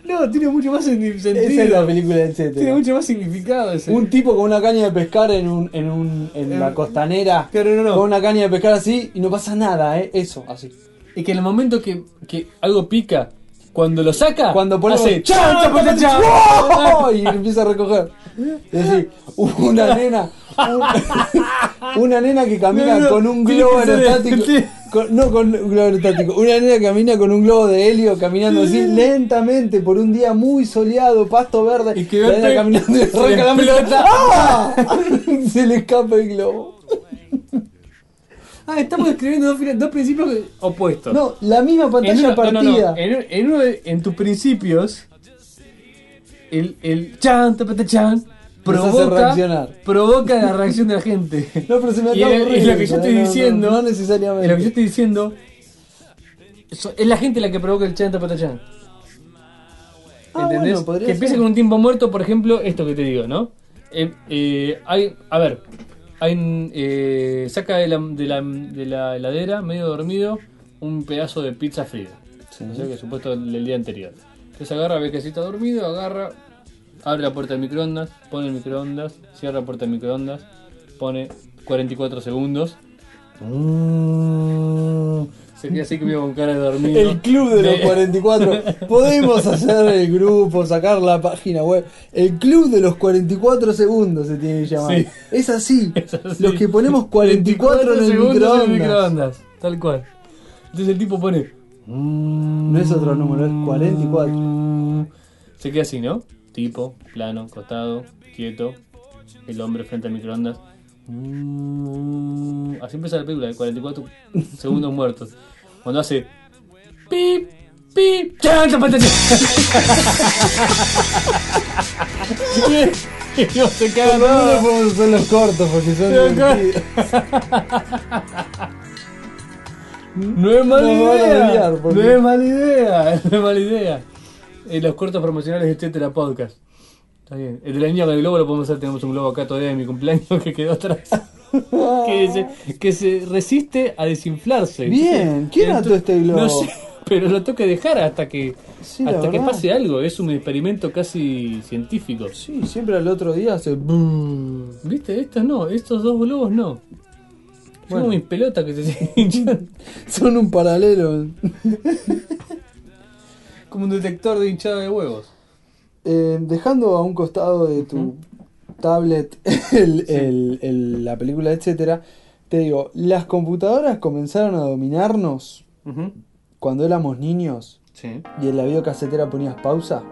No, tiene mucho más
Esa es la película del etcétera.
más significado ese.
Un tipo con una caña de pescar en un, en un, en la costanera.
Claro, no, no.
Con una caña de pescar así y no pasa nada, eh. Eso, así.
Es que en el momento que, que algo pica, cuando lo saca,
Cuando ponemos
hace chan, chan, chan, chan.
¡Wow! y empieza a recoger. Es decir, una nena, un- una nena que camina
No, no,
con un
tiene que
globo
ser
aerostático,
este.
con- no con un globo aerostático, una nena que camina con un globo de helio caminando así lentamente por un día muy soleado, pasto verde,
Y que
la
golpe
nena caminando y
se
arranca
le
la
explota.
pelota. ¡Ah! se le escapa el globo.
Ah, estamos describiendo dos, fila- dos principios opuestos.
No, la misma
en,
pantalla
uno- no, no, no.
partida.
En- en uno de- en tus principios, el, el chan, tapata chan,
Nos hace
provoca,
reaccionar.
provoca la reacción de la gente.
No, pero se me
y, en-
acaba de
y
ocurrir,
lo que yo
¿eh?
estoy
No, no,
diciendo,
No, necesariamente.
y lo que yo estoy diciendo, so- es la gente la que provoca el chan, tapata chan.
Ah,
¿Entendés?
bueno, podría
que
ser.
empiece con un tiempo muerto, por ejemplo, esto que te digo, ¿no? Eh, eh, hay, a ver, hay, un, eh, saca de la, de, la, de la heladera, medio dormido, un pedazo de pizza fría. O sea, que supuesto el del día anterior. Entonces agarra, ve que sí está dormido, agarra, abre la puerta del microondas, pone el microondas, cierra la puerta del microondas, pone 44 segundos. Se queda así que me con cara de dormido.
El club de los
Mm. De-
44. Podemos hacer el grupo, sacar la página web. El club de los 44 segundos se tiene que llamar.
Sí.
Es, así.
Es así.
Los que ponemos 44, en el
segundos
microondas.
microondas, Tal cual. Entonces el tipo pone.
No es otro número, es 44.
"Mm", Se queda así, ¿no? Tipo, plano, costado, quieto. El hombre frente al microondas. "Mm", Así empieza la película, de 44 segundos muertos. Cuando hace. Pip, pip, chan, chan, chan, chan. Y no se caga
No,
todo.
no podemos hacer los cortos porque son
Los cortos.
divertidos.
No es mala
Nos van a
idea.
odiar, porque-
No es mala idea. No es mala idea. Eh, los cortos promocionales, etcétera, podcast. Está bien. El de la niña con el globo lo podemos hacer. Tenemos un globo acá todavía de mi cumpleaños que quedó atrás. que, se, que se resiste a desinflarse.
Bien, ¿quién ató
Entonces,
este globo?
No sé, pero lo tengo que dejar hasta que
Sí, la
hasta que
verdad.
pase algo. Es un experimento casi científico.
Sí, siempre al otro día hace. bum.
¿Viste? Estos no, estos dos globos no. Son
Bueno.
como mis pelotas que se siguen hinchando.
Son un paralelo.
Como un detector de hinchada de huevos.
Eh, dejando a un costado de tu tablet el- el- el- la película, etcétera, te digo, las computadoras comenzaron a dominarnos cuando éramos niños
Sí,
y en la videocasetera ponías pausa,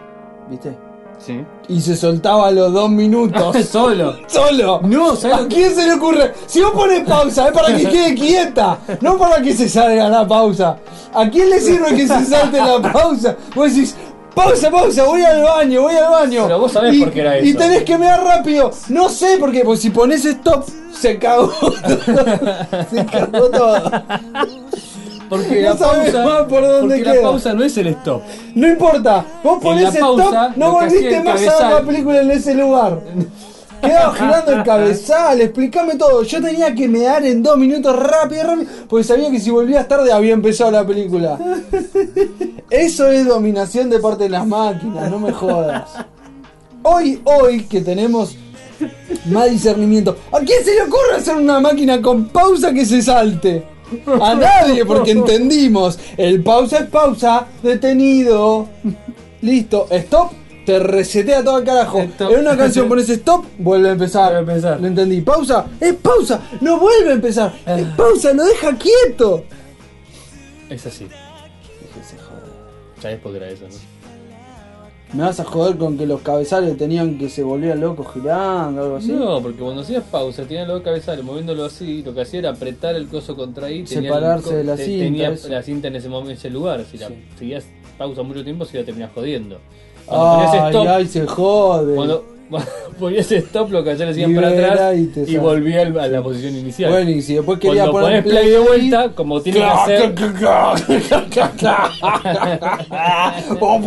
¿viste?
sí.
Y se soltaba a los dos minutos.
Solo.
¡Solo!
No, ¿sabes
¿A
lo que-
quién se le ocurre? Si vos pones pausa, es para que quede quieta, no para que se salga la pausa. ¿A quién le sirve que se salte la pausa? Vos decís, Pausa, pausa, voy al baño, voy al baño.
Pero vos sabés
Y-
por qué era
Y
eso.
tenés que mirar rápido. No sé por qué, porque si pones stop, se cagó todo. se cagó todo.
Porque
No
la
sabés
pausa,
más por dónde
porque la
queda.
pausa no es el stop.
No importa, vos
la
ponés
pausa,
stop, no
lo que hacía
volviste
el
más a ver
cabezal.
la película en ese lugar. Quedaba girando el cabezal, explícame todo. Yo tenía que mear en dos minutos rápido, rápido, porque sabía que si volvías tarde había empezado la película. Eso es dominación de parte de las máquinas, no me jodas. Hoy, hoy que tenemos más discernimiento. ¿A quién se le ocurre hacer una máquina con pausa que se salte? A nadie, porque entendimos. El pausa es pausa, detenido. Listo, stop, te resetea todo el carajo.
Stop.
En una canción pones stop, vuelve a empezar.
Vuelve a empezar.
Lo entendí. Pausa, es pausa, no vuelve a empezar. Es
Ah.
pausa, lo deja quieto.
Es así. Sabés por qué era eso, ¿no?
Me vas a joder con que los cabezales tenían que se volvían locos girando o algo así.
No, porque cuando hacías pausa, tenías los dos cabezales moviéndolo así, lo que hacía era apretar el coso contra ahí, tenía el
Separarse
co-
de la
te-
cinta,
tenía
eso.
la cinta en ese momento, en ese lugar. Si la
Sí.
seguías pausa mucho tiempo, si la terminás jodiendo. Cuando
Ay,
ponías stop,
ay, se jode.
cuando ponías stop, los cabezales iban para
Libera
atrás
y te
y,
sale.
volvía al- a la posición inicial.
Bueno, y si después quería
cuando
poner
pones play, de vuelta, como tiene que hacer.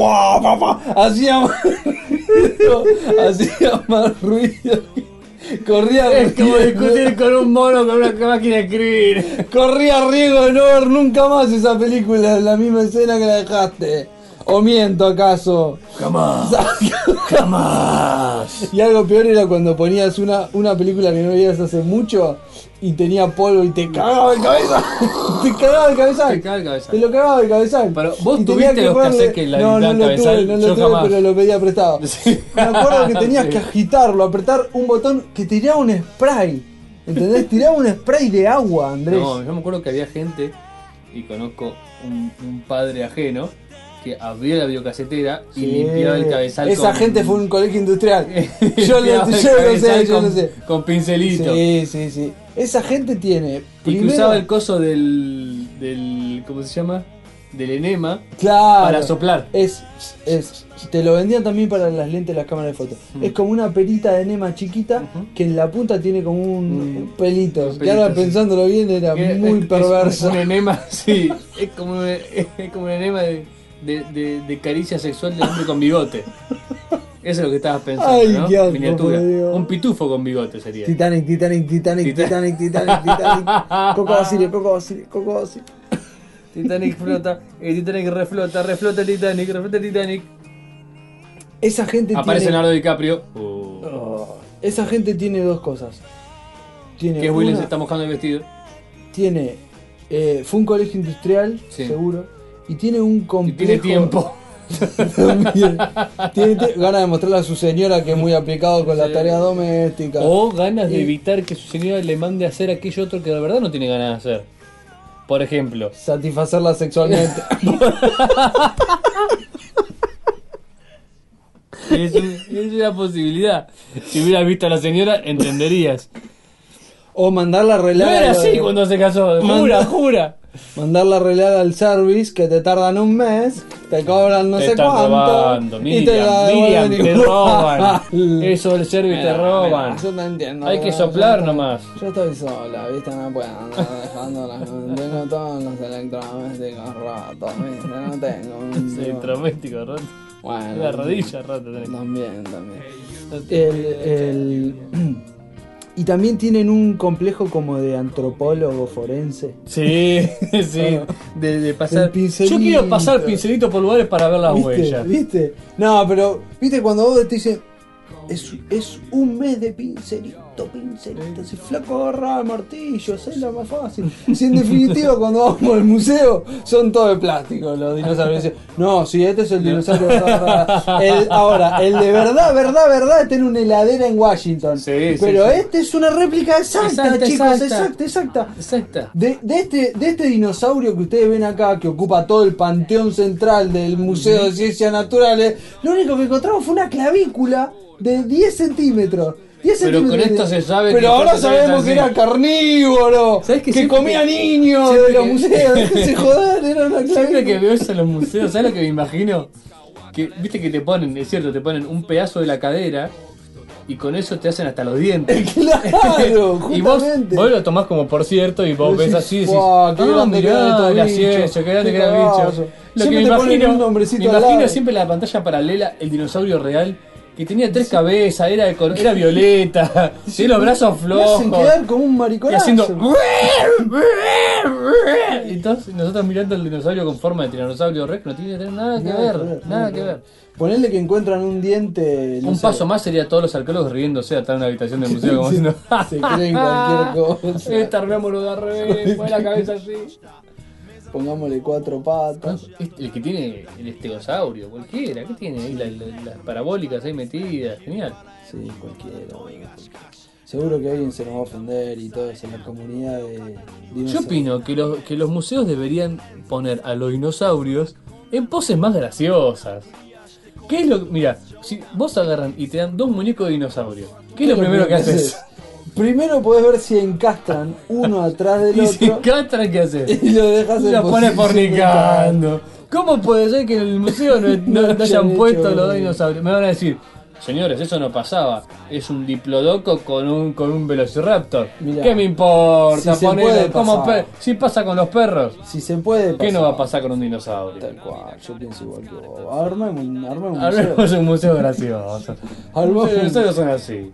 Hacía más ruido, hacía más ruido. Corría
Es como
riesgo,
discutir con un mono con una máquina de escribir.
corría riesgo de no ver nunca más esa película en la misma escena que la dejaste. ¿O miento acaso?
Jamás. Jamás.
Y algo peor era cuando ponías una, una película que no veías hace mucho y tenía polvo y te cagaba el cabeza. te cagaba el cabezal.
Te cagaba el cabezal.
Te lo cagaba el cabezal.
Pero vos
Y
tuviste
tenía que
los
ponerle-
cassettes que le
No, no
habilitaban
lo
cabezal.
tuve, no lo
Yo
tuve,
jamás.
pero lo pedí prestado.
Sí.
Me acuerdo que tenías
Sí.
que agitarlo, apretar un botón que tiraba un spray. ¿Entendés? Tiraba un spray de agua, Andrés.
No, yo me acuerdo que había gente, y conozco un, un padre ajeno, que abría la biocasetera y
Sí.
limpiaba el cabezal.
Esa
con-
gente fue un colegio industrial. yo lo, yo
limpiaba
lo
el
sé,
cabezal
yo lo
con-
sé.
Con pincelito.
Sí, sí, sí. Esa gente tiene.
Y que
primero-
usaba el coso del, del. ¿Cómo se llama? Del enema
Claro.
para soplar.
Es, es, te lo vendían también para las lentes de las cámaras de fotos. Es como una perita de enema chiquita
Mm. Ujú.
que en la punta tiene como un,
Mm.
un pelito.
Un
que ahora
pelito, sí.
pensándolo bien era
Que
muy
es- es
perverso.
un enema, sí. Es como un, es como un enema de, de, de- de caricia sexual de hombre con bigote. Eso es lo que estabas pensando,
Ay,
¿no?
qué asco,
Miniatura.
por Dios.
Un pitufo con bigote sería.
Titanic, Titanic, Titanic, Titanic, Titanic, Titanic. Coco Basile, Coco Basile, Coco Basile.
Titanic flota, el Titanic reflota, reflota el Titanic, reflota el Titanic.
Esa gente
Aparece
tiene.
Leonardo DiCaprio.
Oh, esa gente tiene dos cosas. Tiene
que
una-
Willen se está mojando el vestido.
tiene eh, fue un colegio industrial
Sí.
seguro y tiene un
Y
complejo
tiene tiempo.
También. tiene tie- ganas de mostrarle a su señora que es muy aplicado con la
Sí. Oh.
tarea doméstica
O ganas de
Y-
evitar que su señora le mande a hacer aquello otro que de verdad no tiene ganas de hacer. Por ejemplo.
satisfacerla sexualmente
Es, un- es una posibilidad. Si hubieras visto a la señora, entenderías.
o mandarla a
No
arreglar
era
al-
así cuando se casó. Jura,
Manda-
jura.
mandarla a arreglar al service que te tardan un mes te cobran no
te
sé
están
cuánto
robando, Miriam.
la
Miriam,
devuelven
te
igual.
roban. Eso del service te roban.
yo no entiendo
Hay que
boludo, yo
soplar
estoy-
nomás.
yo estoy sola viste no puedo andar dejando las tengo todos los electrodomésticos rotos viste no tengo un-
Electrodoméstico, rato.
bueno
La rodilla, rato. tenés.
También, también. El- el- y también tienen un complejo como de antropólogo forense.
Sí, sí. De, de pasar.
El pincelito.
Yo quiero pasar pincelito por lugares para ver las
¿Viste?
huellas.
¿Viste? No, pero, ¿viste cuando vos te dicen, es, es un mes de pincelito, pincelito, si flaco agarra el martillo, es la más fácil. Si en definitiva cuando vamos al museo son todo de plástico los dinosaurios. Dicen, No, si este es el dinosaurio. El- ahora, el de verdad, verdad, verdad es tener una heladera en Washington.
Sí, sí,
pero
sí.
este es una réplica exacta,
Exacta,
chicos,
exacta.
exacta, exacta.
Exacta.
De, de este, de este dinosaurio que ustedes ven acá, que ocupa todo el panteón central del Museo de Ciencias Naturales, lo único que encontramos fue una clavícula de 10 centímetros. 10
Pero con
centímetros.
esto se sabe
Pero
que
ahora
fue
sabemos que era
totalmente
carnívoro,
¿Sabes que
que,
siempre
comía
que-
niños
siempre
de los
que-
museos. se joder, era una
Siempre que
clavícula.
veo eso en los museos, ¿sabes lo que me imagino? que viste que te ponen, es cierto, te ponen un pedazo de la cadera y con eso te hacen hasta los dientes.
Claro,
y vos,
justamente.
vos lo tomás como por cierto y vos ves así y decís,
"Guau, qué
"Ah,
grande que
mirá,
era estos
la
bichos,
ciencia, qué grande
qué
que era el bicho".
cagazo.
Lo que
Siempre
me
te ponen
imagino,
un nombrecito
me
al
imagino
lado.
siempre la pantalla paralela, el dinosaurio real, que tenía tres cabezas, era, de color- era violeta, tenía los brazos
Me hacen
flojos.
quedar como un
Y
mariconazo.
haciendo. Y entonces nosotros mirando el dinosaurio con forma de tiranosaurio rex, no tiene nada que ver, nada que ver.
Ponerle que encuentran un diente. no
Un
sé,
paso más sería todos los arqueólogos riéndose hasta en una habitación de museo como
Sí,
diciendo.
se creen cualquier cosa.
Esta armémoslo de al revés, pon la cabeza así.
Pongámosle cuatro patas.
Este- El que tiene el estegosaurio, cualquiera, ¿qué tiene ahí? Las, las- las parabólicas ahí metidas, genial.
Sí, cualquiera. boludo. Seguro que alguien se nos va a ofender y todo eso. La comunidad de.
Yo
dinosaurios.
opino que los, que los museos deberían poner a los dinosaurios en poses más graciosas. ¿Qué es lo que.? Mira, si vos agarran y te dan dos muñecos de dinosaurio, ¿qué es lo primero que haces?
Primero podés ver si encastran uno atrás del
Y si
otro.
catra, ¿qué haces?
Y lo dejas
Y
en
lo pones
posición
fornicando. ¿Cómo puede ser que en el museo no, no- no
No hayan
hayan
hecho
puesto los
nada.
dos dinosaurios? Me van a decir, señores, eso no pasaba. Es un diplodoco con un, con un velociraptor.
Mirá,
¿Qué me importa?
si se
Ponelo,
puede
como
pasar.
pe- si pasa con los perros.
Si se puede.
¿Qué no va a pasar con un dinosaurio?
Tal cual, yo pienso igual que vos. Armemos un, armemos un museo.
Armemos un museo gracioso.
Armemos
Los
un-
dinosaurios son así.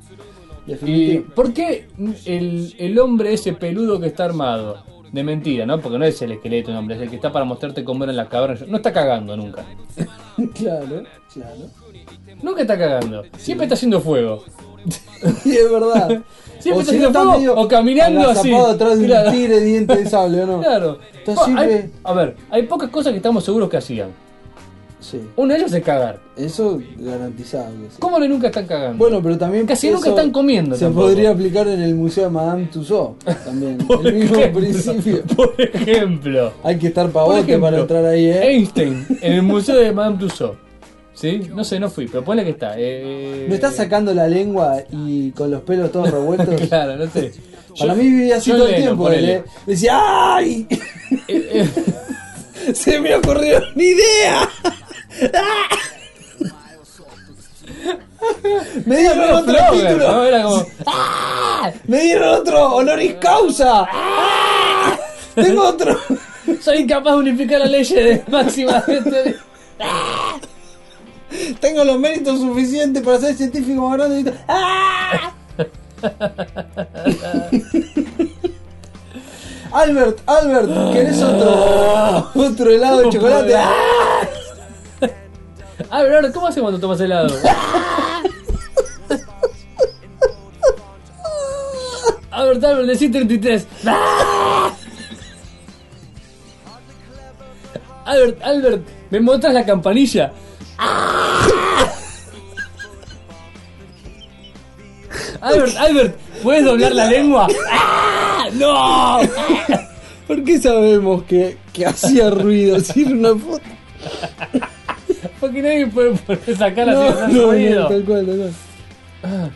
¿Y
Definitivo.
por qué el, el hombre ese peludo que está armado? De mentira, ¿no? Porque no es el esqueleto un hombre, es el que está para mostrarte cómo eran las cavernas. No está cagando nunca.
Claro, claro.
Nunca está cagando. Siempre está haciendo fuego.
Y es verdad.
Siempre está
si
haciendo
no,
fuego
medio
o caminando así.
agazapado atrás de
Claro.
un tigre diente de sable, ¿o no?
Claro.
Está
Bueno, hay-
siempre-
a ver, hay pocas cosas que estamos seguros que hacían.
Sí.
Una de ellas es cagar.
Eso garantizado. que sí.
¿Cómo no nunca están cagando?
Bueno, pero también.
Casi nunca
eso
están comiendo
Se
tampoco.
podría aplicar en el Museo de Madame Tussauds también.
Por
el mismo
ejemplo,
principio.
Por ejemplo.
Hay que estar
Por
pavote
ejemplo,
para entrar ahí, ¿eh?
Einstein, en el museo de Madame Tussauds. ¿Sí? No sé, no fui, pero ponle que está. Eh,
Me estás sacando la lengua y con los pelos todos revueltos.
Claro, no sé.
Para
Yo-
mí vivía así
John
todo el
Lennon,
tiempo, él,
ponele.
¿eh? Decía, ¡ay!
Eh, eh,
Se me ocurrió una idea. Me dieron
era
otro
Flogger,
título.
¿no? Era como.
Me dieron otro honoris causa. Tengo otro.
Soy incapaz de unificar las leyes de máxima.
Tengo los méritos suficientes para ser científico más grande. y- ¡Ah! Albert, Albert, ¿querés otro, otro helado de chocolate? ¡Ah!
A ver, ahora, ¿cómo hace cuando tomas helado? A ver, tal, decí 33. Albert, Albert, ¿me montas la campanilla? Albert, Albert, ¿puedes doblar la lengua? ¡No!
¿Por qué sabemos que, que hacía ruido? Si era una foto.
Porque nadie puede poner- sacar así
No,
hacer
no,
ruido.
no, tal cual, tal cual.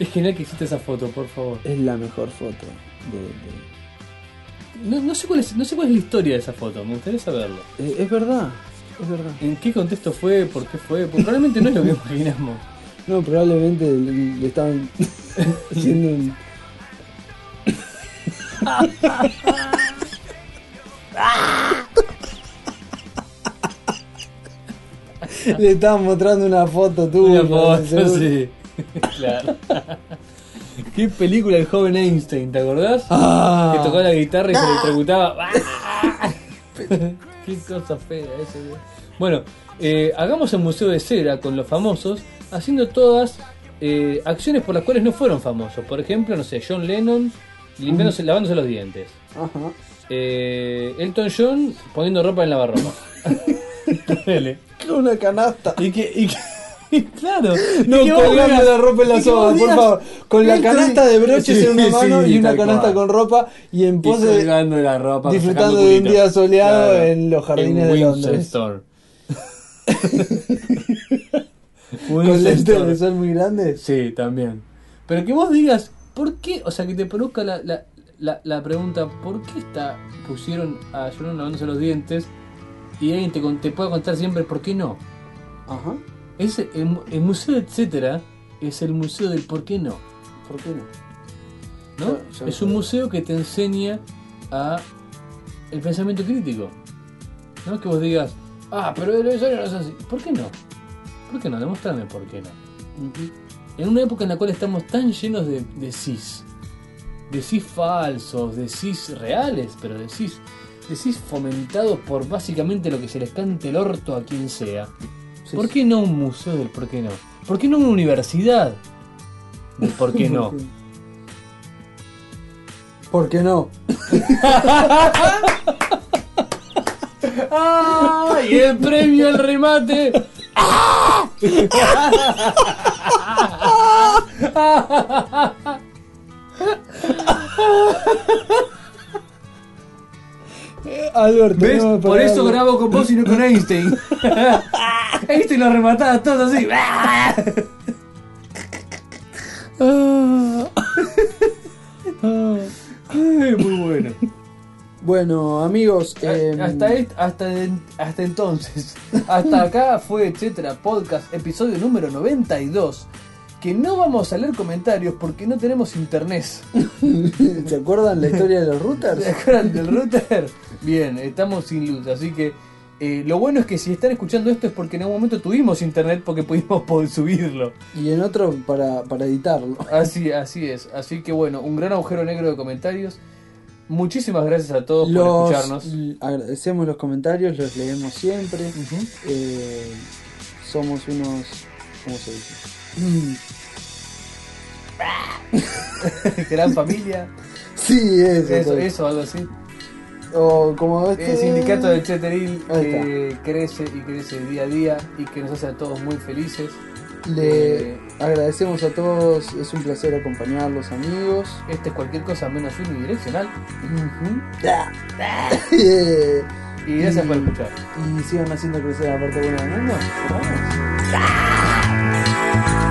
Es genial que hiciste esa foto, por favor.
Es la mejor foto de-
No, no sé cuál es, no sé cuál es la historia de esa foto, me gustaría saberlo.
de- Eh, Es verdad, es verdad.
¿En qué contexto fue? ¿Por qué fue? Porque probablemente no es lo que imaginamos.
No, probablemente le, le estaban haciendo un... Le estaban mostrando una foto tuya.
Una foto,
seguro.
sí. claro. ¿Qué película el joven Einstein, te acordás?
Ah,
Que tocaba la guitarra y se electrocutaba. qué cosa fea ese. güey. Bueno, eh, hagamos el museo de cera con los famosos, haciendo todas eh, acciones por las cuales no fueron famosos. Por ejemplo, no sé, John Lennon limpiándose, lavándose los dientes.
ajá.
Eh, Elton John poniendo ropa en lavarropa. Ponele.
Con una canasta.
y que. Y que- y claro.
No,
y que vos
colgame
digas-
la ropa en
y
la
que
soga,
vos
por
digas,
favor. Con la
Elton-
canasta de broches
Sí,
en una
sí,
mano y una
tal
canasta
cual.
con ropa y en
Y
pose
colgando la ropa.
disfrutando
sacando
de un
culito.
día soleado en los jardines de
Windsor
Londres.
Store.
con
Windsor
lentes
Store.
de sol muy grandes.
Sí, también. Pero que vos digas, ¿por qué? O sea, que te produzca la, la, la, la pregunta, ¿por qué está, pusieron a Llorón lavándose los dientes? Y alguien te, con- te puede contar siempre, ¿por qué no?
Ajá.
Es el, el museo de etcétera es el museo del por qué no.
¿Por qué no?
¿no?
Ya- ya me
es un
acordé.
museo que te enseña a el pensamiento crítico. ¿no? Que vos digas, ah, pero el dinosaurio no es así. ¿Por qué no? ¿Por qué no? Demostrame por qué no.
Ujú.
En una época en la cual estamos tan llenos de, de cis, de cis falsos, de cis reales, pero de cis, de cis fomentados por básicamente lo que se les cante el orto a quien sea.
Sí,
¿Por
sí.
qué no un museo del por qué no? ¿Por qué no una universidad del por qué no?
¿Por qué no?
¡Ah! Y el premio al remate.
Alberto,
¿Ves?
no me
Por
paraba.
eso grabo con vos y no con Einstein. Einstein lo remataba todo así. Ay, Muy bueno.
Bueno, amigos. eh,
hasta, est- hasta, en- hasta entonces, hasta acá fue etcétera podcast, episodio número 92. Que no vamos a leer comentarios porque no tenemos internet.
¿Se acuerdan la historia de los routers?
¿Se acuerdan del router? Bien, estamos sin luz, así que eh, lo bueno es que si están escuchando esto es porque en algún momento tuvimos internet porque pudimos po- subirlo.
Y en otro para, para editarlo.
Así, así es. Así que bueno, un gran agujero negro de comentarios. Muchísimas gracias a todos por
Los,
escucharnos.
l- agradecemos los comentarios, los leemos siempre. Eh, somos unos. ¿Cómo se dice? Mm,
gran familia.
Sí, eso.
Eso,
todo.
eso, algo así.
O como este.
El sindicato del Cheteril
Ahí
que crece y crece día a día y que nos hace a todos muy felices.
este, Le
eh,
agradecemos a todos. Es un placer acompañarlos, amigos.
Este es cualquier cosa menos unidireccional.
Ujú. Eh,
Y gracias por escuchar.
y sigan haciendo crecer la parte buena del mundo. Nos vemos.